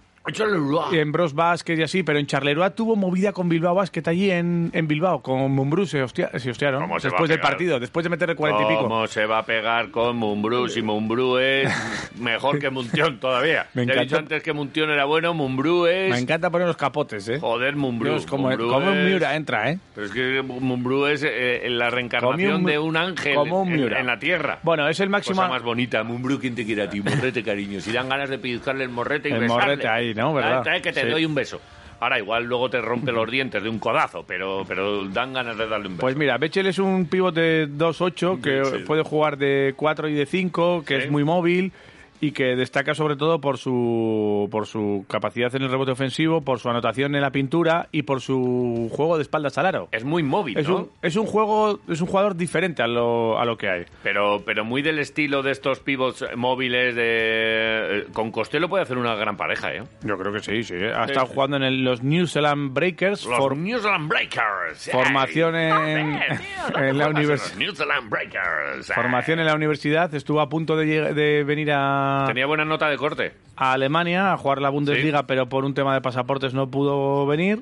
Speaker 2: y en Bros Basket y así, pero en Charleroi tuvo movida con Bilbao Basket allí en, en Bilbao, con Mumbrú se, hostia- se hostiaron
Speaker 1: ¿Cómo se va
Speaker 2: después
Speaker 1: a
Speaker 2: del
Speaker 1: pegar?
Speaker 2: partido, después de meterle cuarenta y pico.
Speaker 1: ¿Cómo se va a pegar con Mumbrú? Si Mumbrú es mejor que Muntión todavía.
Speaker 2: Me
Speaker 1: Te he dicho
Speaker 2: encanta.
Speaker 1: antes que Muntión era bueno, Mumbrú es...
Speaker 2: Me encanta poner los capotes, ¿eh?
Speaker 1: Joder, Mumbrú.
Speaker 2: Dios, como,
Speaker 1: Mumbrú
Speaker 2: como un
Speaker 1: es-
Speaker 2: Miura entra, ¿eh?
Speaker 1: Pero es que Mumbrú es eh, la reencarnación
Speaker 2: Como un-
Speaker 1: de un ángel
Speaker 2: como un
Speaker 1: en- en,
Speaker 2: Miura.
Speaker 1: la tierra.
Speaker 2: Bueno, es el máximo...
Speaker 1: Cosa más bonita, Mumbrú, ¿quién te quiere a ti? Morrete, cariño. Si dan ganas de pellizcarle el morrete y
Speaker 2: El
Speaker 1: besarle.
Speaker 2: morrete ahí, ¿no? ¿Verdad?
Speaker 1: Trae, trae que te
Speaker 2: Sí.
Speaker 1: doy un beso. Ahora, igual luego te rompe los dientes de un codazo, pero, pero dan ganas de darle un beso.
Speaker 2: Pues mira, Bechel es un pivote 2-8 que
Speaker 1: Bechel.
Speaker 2: puede jugar de 4 y de 5, que
Speaker 1: Sí.
Speaker 2: es muy móvil y que destaca sobre todo por su, por su capacidad en el rebote ofensivo, por su anotación en la pintura y por su juego de espaldas al aro.
Speaker 1: Es muy móvil,
Speaker 2: Es
Speaker 1: ¿no?
Speaker 2: un, es un juego, es un jugador diferente a lo, a lo que hay.
Speaker 1: Pero, pero muy del estilo de estos pivots móviles de... eh, Con Costello puede hacer una gran pareja, ¿eh?
Speaker 2: Yo creo que sí, sí. ¿eh? Ha
Speaker 1: Sí,
Speaker 2: estado
Speaker 1: sí.
Speaker 2: jugando en el- los New Zealand Breakers,
Speaker 1: Los
Speaker 2: for-
Speaker 1: New Zealand Breakers. ¡Ey!
Speaker 2: Formación en-
Speaker 1: Joder, tío, no
Speaker 2: en
Speaker 1: te
Speaker 2: la
Speaker 1: jodas,
Speaker 2: univers-
Speaker 1: los New Zealand Breakers. ¡Ey!
Speaker 2: formación en la universidad, estuvo a punto de, lleg- de venir a,
Speaker 1: Tenía buena nota de corte.
Speaker 2: a Alemania a jugar la Bundesliga, pero por un tema de pasaportes no pudo venir.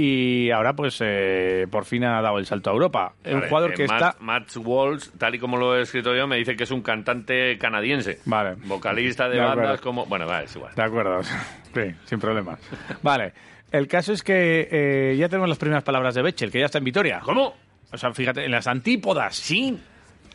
Speaker 2: Y ahora, pues, eh, por fin ha dado el salto a Europa. un
Speaker 1: Vale,
Speaker 2: jugador
Speaker 1: eh,
Speaker 2: que
Speaker 1: Matt-
Speaker 2: está...
Speaker 1: Matt Walsh, tal y como lo he escrito yo, me dice que es un cantante canadiense.
Speaker 2: Vale.
Speaker 1: Vocalista de,
Speaker 2: De acuerdo.
Speaker 1: bandas como... Bueno, vale, es igual.
Speaker 2: De acuerdo, sí, sin problema. Vale, el caso es que eh, ya tenemos las primeras palabras de Bechel, que ya está en Vitoria.
Speaker 1: ¿Cómo?
Speaker 2: O sea, fíjate, en las antípodas. Sí.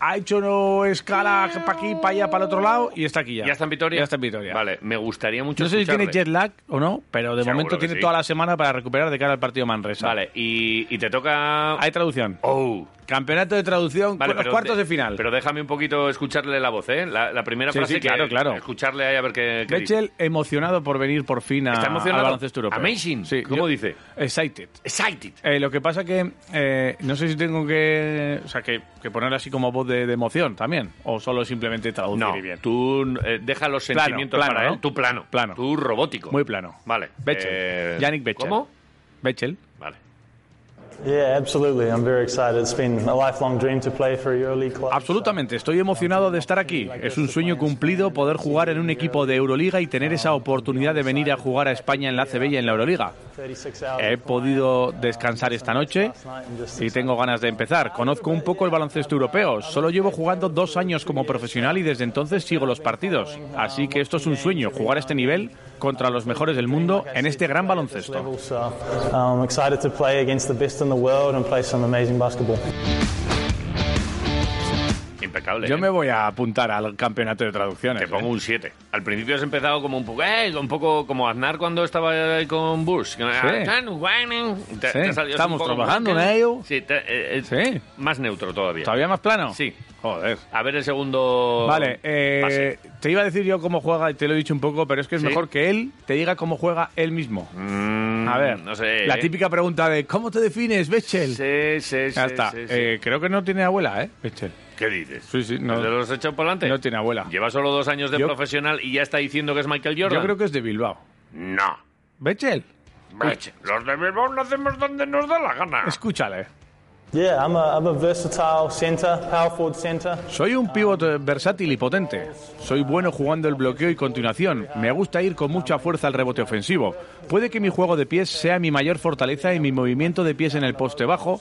Speaker 2: Ha hecho no escala para aquí, para allá, para el otro lado y está aquí ya.
Speaker 1: ¿Ya está en Vitoria?
Speaker 2: Ya está en Vitoria.
Speaker 1: Vale, me gustaría mucho
Speaker 2: No sé si
Speaker 1: escucharle.
Speaker 2: tiene jet lag o no, pero de
Speaker 1: Seguro
Speaker 2: momento
Speaker 1: que
Speaker 2: tiene
Speaker 1: sí.
Speaker 2: toda la semana para recuperar de cara al partido Manresa.
Speaker 1: Vale, y, y te toca...
Speaker 2: Hay traducción.
Speaker 1: Oh.
Speaker 2: Campeonato de traducción,
Speaker 1: Vale,
Speaker 2: cu- los
Speaker 1: pero
Speaker 2: cuartos
Speaker 1: de-
Speaker 2: de final.
Speaker 1: Pero déjame un poquito escucharle la voz, ¿eh? La, la primera
Speaker 2: Sí,
Speaker 1: frase
Speaker 2: sí,
Speaker 1: que-
Speaker 2: claro, claro.
Speaker 1: Escucharle ahí a ver qué, qué dice.
Speaker 2: Bechel emocionado por venir por fin a,
Speaker 1: Está emocionado.
Speaker 2: Ah, al baloncesto europeo.
Speaker 1: Amazing. ¿Cómo dice?
Speaker 2: Excited.
Speaker 1: Excited.
Speaker 2: Eh, lo que pasa que eh, no sé si tengo que, o sea, que, que poner así como voz de, de emoción también, o solo simplemente traducir
Speaker 1: No,
Speaker 2: y bien.
Speaker 1: tú eh, deja los
Speaker 2: Plano,
Speaker 1: sentimientos
Speaker 2: plano,
Speaker 1: para él.
Speaker 2: ¿no?
Speaker 1: Tú plano.
Speaker 2: Plano.
Speaker 1: Tú robótico.
Speaker 2: Muy plano.
Speaker 1: Vale.
Speaker 2: Bechel.
Speaker 1: eh,
Speaker 2: Yannick Bechel.
Speaker 1: ¿Cómo?
Speaker 2: Bechel.
Speaker 1: Vale.
Speaker 8: Yeah, absolutely. I'm very excited. It's been a lifelong dream to play for EuroLeague club.
Speaker 2: Absolutamente, estoy emocionado de estar aquí. Es un sueño cumplido poder jugar en un equipo de Euroliga y tener esa oportunidad de venir a jugar a España en la ACB y en la Euroliga. He podido
Speaker 8: uh,
Speaker 2: descansar esta noche y tengo ganas de empezar. Conozco un poco el baloncesto europeo. Solo llevo jugando dos años como profesional y desde entonces sigo los partidos. Así que esto es un sueño, jugar a este nivel contra los mejores del mundo en este gran baloncesto.
Speaker 8: So, um, I'm excited to play against the best in the world and play some amazing basketball.
Speaker 1: Impecable.
Speaker 2: Yo
Speaker 1: ¿eh?
Speaker 2: me voy a apuntar al campeonato de traducciones.
Speaker 1: Te pongo
Speaker 2: ¿eh?
Speaker 1: un 7. Al principio has empezado como un poco, eh, un poco como Aznar cuando estaba ahí con Bush. Ah, Te- te ha salido así un
Speaker 2: estamos
Speaker 1: poco más
Speaker 2: trabajando en
Speaker 1: que-
Speaker 2: ello.
Speaker 1: Sí, te- eh, eh,
Speaker 2: Sí.
Speaker 1: más neutro todavía.
Speaker 2: ¿Todavía más plano?
Speaker 1: Sí.
Speaker 2: Joder.
Speaker 1: A ver el segundo.
Speaker 2: Vale, eh,
Speaker 1: pase.
Speaker 2: te iba a decir yo cómo juega y te lo he dicho un poco, pero es que es
Speaker 1: Sí.
Speaker 2: mejor que él te diga cómo juega él mismo.
Speaker 1: Mm,
Speaker 2: a ver,
Speaker 1: no sé.
Speaker 2: la
Speaker 1: eh.
Speaker 2: típica pregunta de ¿cómo te defines, Bechel?
Speaker 1: Sí, sí, sí.
Speaker 2: ya está.
Speaker 1: sí, sí.
Speaker 2: Eh, creo que no tiene abuela, ¿eh? Bechel.
Speaker 1: ¿Qué dices?
Speaker 2: Sí, sí, no.
Speaker 1: ¿Te los has echado por delante?
Speaker 2: No tiene abuela.
Speaker 1: Lleva solo dos años de
Speaker 2: Yo-
Speaker 1: profesional y ya está diciendo que es Michael Jordan.
Speaker 2: Yo creo que Pues- es de Bilbao.
Speaker 1: No.
Speaker 2: Bechel,
Speaker 1: Bech, Los de Bilbao no hacemos donde nos da la gana.
Speaker 2: escúchale.
Speaker 8: Yeah, I'm a, I'm a versatile centre, power forward centre.
Speaker 2: Soy un pívot eh, versátil y potente. Soy bueno jugando el bloqueo y continuación. Me gusta ir con mucha fuerza al rebote ofensivo. Puede que mi juego de pies sea mi mayor fortaleza y mi movimiento de pies en el poste bajo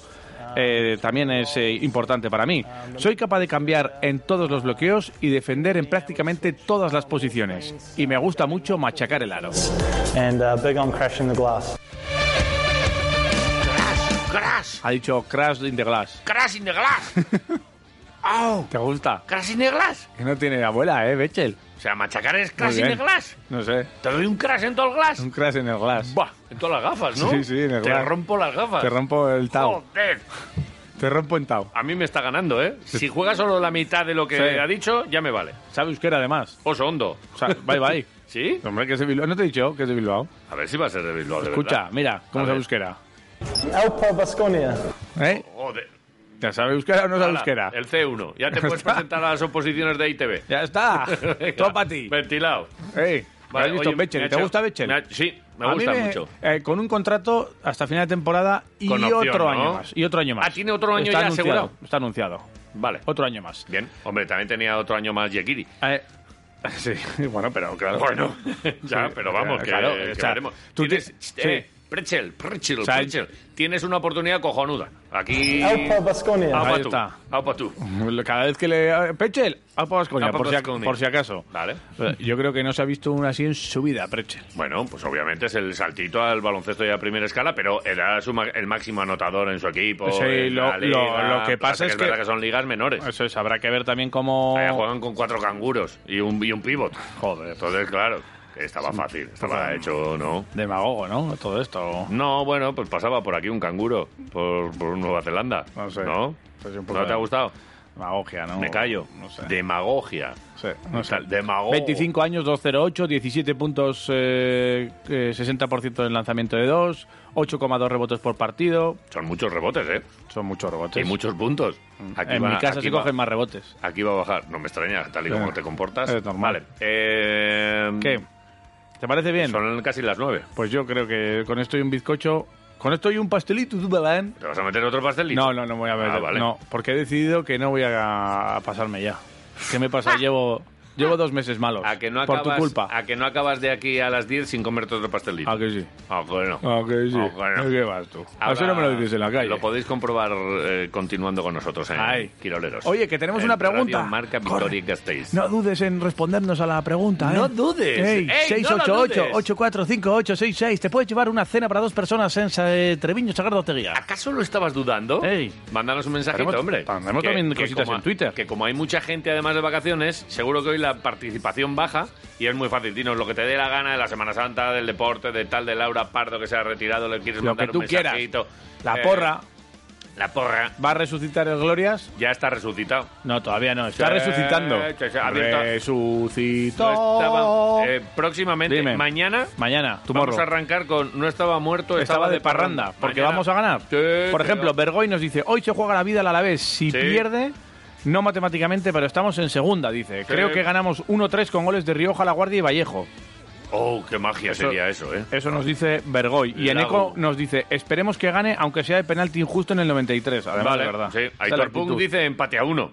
Speaker 2: eh, también es eh, importante para mí. Soy capaz de cambiar en todos los bloqueos y defender en prácticamente todas las posiciones. Y me gusta mucho machacar el aro.
Speaker 8: And uh, big on crashing the glass.
Speaker 1: Crash.
Speaker 2: Ha dicho Crash in the Glass.
Speaker 1: Crash in the glass. ¡Au!
Speaker 2: ¿Te gusta?
Speaker 1: Crash in the glass.
Speaker 2: Que no tiene abuela, ¿eh, Bechel?
Speaker 1: O sea, machacar es
Speaker 2: Muy
Speaker 1: crash in the
Speaker 2: bien.
Speaker 1: glass.
Speaker 2: No sé.
Speaker 1: Te doy un crash en todo el glass.
Speaker 2: Un Crash in the Glass.
Speaker 1: Buah, en todas las gafas, ¿no?
Speaker 2: Sí, sí, en el
Speaker 1: Te
Speaker 2: glass.
Speaker 1: rompo las gafas.
Speaker 2: Te rompo el tao.
Speaker 1: Joder.
Speaker 2: Te rompo en tao.
Speaker 1: A mí me está ganando, ¿eh? Si juega solo la mitad de lo que
Speaker 2: Sí.
Speaker 1: ha dicho, ya me vale.
Speaker 2: Sabe euskera, además.
Speaker 1: Oso hondo.
Speaker 2: O sea, bye bye.
Speaker 1: ¿Sí?
Speaker 2: Hombre, que es de Bilbao. ¿No te he dicho que es de Bilbao?
Speaker 1: A ver si va a ser de Bilbao, de
Speaker 2: Escucha,
Speaker 1: verdad.
Speaker 2: mira,
Speaker 1: A
Speaker 2: cómo
Speaker 1: ver.
Speaker 2: sabe euskera.
Speaker 8: Alpo Basconia.
Speaker 2: ¿Eh?
Speaker 1: Joder.
Speaker 2: ¿Ya sabe euskera o no sabe
Speaker 1: Hala,
Speaker 2: euskera?
Speaker 1: El C1. Ya te puedes
Speaker 2: está.
Speaker 1: presentar a las oposiciones de ITV.
Speaker 2: Ya está.
Speaker 1: Venga,
Speaker 2: Todo para ti.
Speaker 1: Ventilado.
Speaker 2: Ey,
Speaker 1: Vale,
Speaker 2: ¿has visto
Speaker 1: oye,
Speaker 2: Bechtel?
Speaker 1: me ha
Speaker 2: ¿Te
Speaker 1: hecho-
Speaker 2: gusta Bechel?
Speaker 1: me ha- sí, me gusta mucho.
Speaker 2: eh, con un contrato hasta final de temporada y
Speaker 1: Con opción,
Speaker 2: otro
Speaker 1: ¿no?
Speaker 2: año más. Y otro año más.
Speaker 1: Ah, ¿tiene otro año
Speaker 2: Está
Speaker 1: ya
Speaker 2: anunciado,
Speaker 1: asegurado?
Speaker 2: Está anunciado.
Speaker 1: Vale.
Speaker 2: Otro año más.
Speaker 1: Bien. Hombre, también tenía otro año más Yekiri.
Speaker 2: Eh, sí, bueno, pero claro.
Speaker 1: Bueno, ya,
Speaker 2: Sí,
Speaker 1: pero vamos, que,
Speaker 2: claro,
Speaker 1: que
Speaker 2: o sea,
Speaker 1: veremos.
Speaker 2: tú
Speaker 1: Tienes,
Speaker 2: te-
Speaker 1: eh,
Speaker 2: sí.
Speaker 1: Pretzel, Pretzel,
Speaker 2: sea,
Speaker 1: Pretzel. Tienes una oportunidad cojonuda. Aquí...
Speaker 8: Alpo Basconia.
Speaker 1: Aupa
Speaker 2: Ahí
Speaker 1: tú,
Speaker 2: está.
Speaker 1: aupa tú.
Speaker 2: Cada vez que le. Pechel, al Vasconia,
Speaker 1: Alpa
Speaker 2: por, si,
Speaker 1: Vasconia.
Speaker 2: por si acaso.
Speaker 1: Vale.
Speaker 2: Yo creo que no se ha visto una así en su vida, Prechel.
Speaker 1: Bueno, pues obviamente es el saltito al baloncesto ya a primera escala, pero era su ma- el máximo anotador en su equipo.
Speaker 2: Sí,
Speaker 1: en
Speaker 2: lo-
Speaker 1: la liga.
Speaker 2: lo- lo que pasa es que-
Speaker 1: verdad que son ligas menores.
Speaker 2: Eso es, habrá que ver también cómo.
Speaker 1: Allá juegan con cuatro canguros y un, y un pivot. Joder.
Speaker 2: pues,
Speaker 1: Entonces, claro, que estaba fácil. Estaba hecho, ¿no?
Speaker 2: Demagogo, ¿no? Todo esto.
Speaker 1: No, bueno, pues pasaba por aquí un canguro, por, por Nueva Zelanda.
Speaker 2: No sé.
Speaker 1: ¿No?
Speaker 2: Pues un poco
Speaker 1: ¿No te
Speaker 2: de-
Speaker 1: ha gustado?
Speaker 2: Demagogia, ¿no?
Speaker 1: Me callo. Demagogia.
Speaker 2: no sé.
Speaker 1: Tal, Demagogo.
Speaker 2: 25 años, 208, 17 puntos, eh, eh, 60% en lanzamiento de 2, 8,2 rebotes por partido.
Speaker 1: Son muchos rebotes, ¿eh?
Speaker 2: Son muchos rebotes.
Speaker 1: Y muchos puntos. Aquí
Speaker 2: en
Speaker 1: va-
Speaker 2: mi casa
Speaker 1: aquí
Speaker 2: se
Speaker 1: va-
Speaker 2: cogen más rebotes.
Speaker 1: Aquí va a bajar. No me extraña, tal y
Speaker 2: Sí.
Speaker 1: como te comportas.
Speaker 2: Es normal.
Speaker 1: Vale. eh,
Speaker 2: ¿Qué? ¿Te parece bien?
Speaker 1: Son casi las nueve.
Speaker 2: Pues yo creo que con esto y un bizcocho, con esto y un pastelito, ¿tú, Belén?
Speaker 1: ¿Te vas a meter otro pastelito?
Speaker 2: No, no, no voy a ver.
Speaker 1: Ah, vale.
Speaker 2: No, porque he decidido que no voy a, a pasarme ya. ¿Qué me pasa? llevo, llevo dos meses malos.
Speaker 1: A que no
Speaker 2: por
Speaker 1: acabas,
Speaker 2: tu culpa.
Speaker 1: A que no acabas de aquí a las 10 sin comerte otro pastelito.
Speaker 2: Ah, que sí.
Speaker 1: Ah, bueno.
Speaker 2: Ah, que sí.
Speaker 1: Ah, bueno.
Speaker 2: ¿De ¿Qué vas tú? Así
Speaker 1: Ahora
Speaker 2: no me lo dices en la calle.
Speaker 1: Lo podéis comprobar eh, continuando con nosotros en
Speaker 2: Ay.
Speaker 1: Quiroleros.
Speaker 2: Oye, que tenemos
Speaker 1: En
Speaker 2: una pregunta.
Speaker 1: Radio Marca Victoria y Gasteiz.
Speaker 2: No dudes en respondernos a la pregunta. ¿eh?
Speaker 1: No dudes.
Speaker 2: Ey,
Speaker 1: Ey, no lo
Speaker 2: 688-845866. Te puedes llevar una cena para dos personas en eh, Treviño Sagrado Teguía.
Speaker 1: ¿Acaso lo estabas dudando?
Speaker 2: Ey.
Speaker 1: Mándanos un mensajito,
Speaker 2: Tenemos-
Speaker 1: hombre.
Speaker 2: tenemos también cositas
Speaker 1: como
Speaker 2: en
Speaker 1: a-
Speaker 2: Twitter.
Speaker 1: Que como hay mucha gente además de vacaciones, seguro que hoy la participación baja y es muy fácil. Dinos lo que te dé la gana de la Semana Santa, del deporte, de tal, de Laura Pardo que se ha retirado, le quieres
Speaker 2: Lo
Speaker 1: mandar
Speaker 2: que tú
Speaker 1: un
Speaker 2: quieras.
Speaker 1: mensajito.
Speaker 2: La
Speaker 1: Eh,
Speaker 2: porra.
Speaker 1: La porra.
Speaker 2: ¿Va a resucitar el Glorias?
Speaker 1: Ya está resucitado.
Speaker 2: No, todavía no. eh, Está
Speaker 1: Sí,
Speaker 2: resucitando.
Speaker 1: sí, sí, abierto.
Speaker 2: Resucitó.
Speaker 1: No estaba- eh, próximamente,
Speaker 2: Dime.
Speaker 1: mañana,
Speaker 2: Mañana, tu
Speaker 1: vamos a arrancar con No estaba muerto,
Speaker 2: Estaba de parranda, porque vamos a ganar. Por ejemplo, Bergoy nos dice, hoy se juega la vida al Alavés. Si
Speaker 1: Sí.
Speaker 2: pierde, no matemáticamente, pero estamos en segunda, dice. Creo que ganamos 1-3 con goles de Rioja, La Guardia y Vallejo.
Speaker 1: Oh, qué magia
Speaker 2: Eso-
Speaker 1: sería eso, ¿eh?
Speaker 2: Eso nos dice Bergoy. Y Eneco
Speaker 1: Lago.
Speaker 2: nos dice, esperemos que gane, aunque sea de penalti injusto en el 93. Además,
Speaker 1: vale,
Speaker 2: de verdad.
Speaker 1: Sí,
Speaker 2: Esa es la
Speaker 1: Aitor Punk
Speaker 2: actitud.
Speaker 1: dice empate a uno.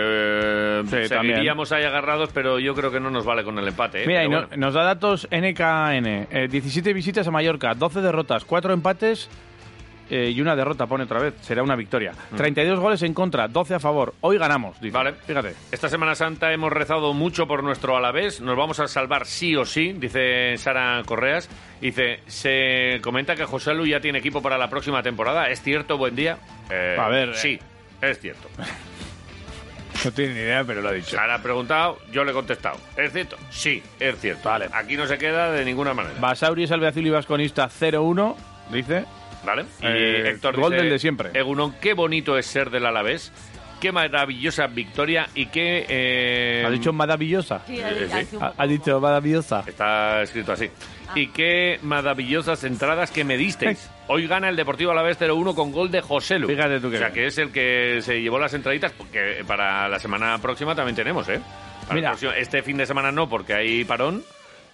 Speaker 1: Eh,
Speaker 2: Sí,
Speaker 1: seguiríamos ahí agarrados, pero yo creo que no nos vale con el empate. ¿eh?
Speaker 2: Mira, y
Speaker 1: Pero
Speaker 2: no-
Speaker 1: bueno.
Speaker 2: nos da datos NKN. eh, 17 visitas a Mallorca, 12 derrotas, 4 empates eh, y una derrota, pone otra vez. Será una victoria. 32 goles en contra, 12 a favor. Hoy ganamos, dice.
Speaker 1: Vale.
Speaker 2: Fíjate.
Speaker 1: Esta Semana Santa hemos rezado mucho por nuestro Alavés. Nos vamos a salvar sí o sí, dice Sara Correas. Dice, se comenta que José Lu ya tiene equipo para la próxima temporada. ¿Es cierto? Buen día. Eh,
Speaker 2: A ver, eh.
Speaker 1: Sí, es cierto.
Speaker 2: No tiene ni idea, pero lo ha dicho.
Speaker 1: Sara ha preguntado, yo le he contestado. ¿Es cierto? Sí, es cierto.
Speaker 2: Vale.
Speaker 1: Aquí no se queda de ninguna manera.
Speaker 2: Basauri es albiazul y vasconista 0-1, dice.
Speaker 1: ¿Vale? Y
Speaker 2: Eh,
Speaker 1: Héctor
Speaker 2: gol
Speaker 1: dice,
Speaker 2: del de siempre.
Speaker 1: Egunon, qué bonito es ser del Alavés. Qué maravillosa victoria y qué... eh,
Speaker 2: ha dicho maravillosa.
Speaker 3: Sí, ha-
Speaker 1: Sí,
Speaker 3: ha
Speaker 1: sí.
Speaker 3: sido un
Speaker 2: Ha,
Speaker 3: poco-
Speaker 2: ha dicho maravillosa.
Speaker 1: Está escrito así. Y qué maravillosas entradas que me disteis. Hoy gana el Deportivo Alavés 0-1 con gol de Joselu.
Speaker 2: Fíjate tú qué
Speaker 1: O sea,
Speaker 2: bien.
Speaker 1: que es el que se llevó las entraditas, porque para la semana próxima también tenemos, ¿eh? Para el
Speaker 2: Mira.
Speaker 1: próximo- este fin de semana no, porque hay parón,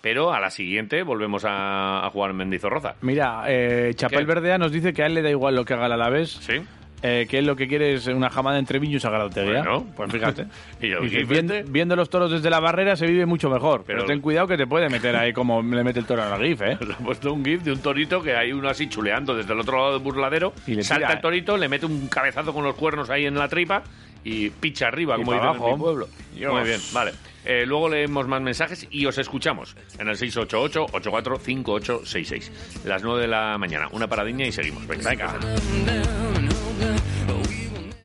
Speaker 1: pero a la siguiente volvemos a, a jugar en Mendizorroza.
Speaker 2: Mira, eh, Chapel
Speaker 1: ¿Qué?
Speaker 2: Verdea nos dice que a él le da igual lo que haga el Alavés.
Speaker 1: ¿Sí?
Speaker 2: Eh, que él lo que quiere es una jamada entre viños Sagrado Teguía.
Speaker 1: Bueno.
Speaker 2: pues fíjate.
Speaker 1: Y yo,
Speaker 2: Dice,
Speaker 1: ¿y
Speaker 2: "Vien-
Speaker 1: vente?".
Speaker 2: viendo los toros desde la barrera se vive mucho mejor. Pero,
Speaker 1: Pero-
Speaker 2: ten cuidado que te puede meter ahí como le mete el toro al GIF, ¿eh?
Speaker 1: Nos ha puesto un gif de un torito que hay uno así chuleando desde el otro lado del burladero.
Speaker 2: Y le
Speaker 1: salta
Speaker 2: tira, ¿eh?
Speaker 1: el torito, le mete un cabezazo con los cuernos ahí en la tripa y picha arriba,
Speaker 2: Y
Speaker 1: como
Speaker 2: pa'
Speaker 1: dicen en
Speaker 2: abajo.
Speaker 1: mi pueblo.
Speaker 2: Dios.
Speaker 1: Muy bien, vale. Eh, luego leemos más mensajes y os escuchamos en el 688-845866. Las 9 de la mañana. Una paradiña y seguimos. Venga.
Speaker 9: down.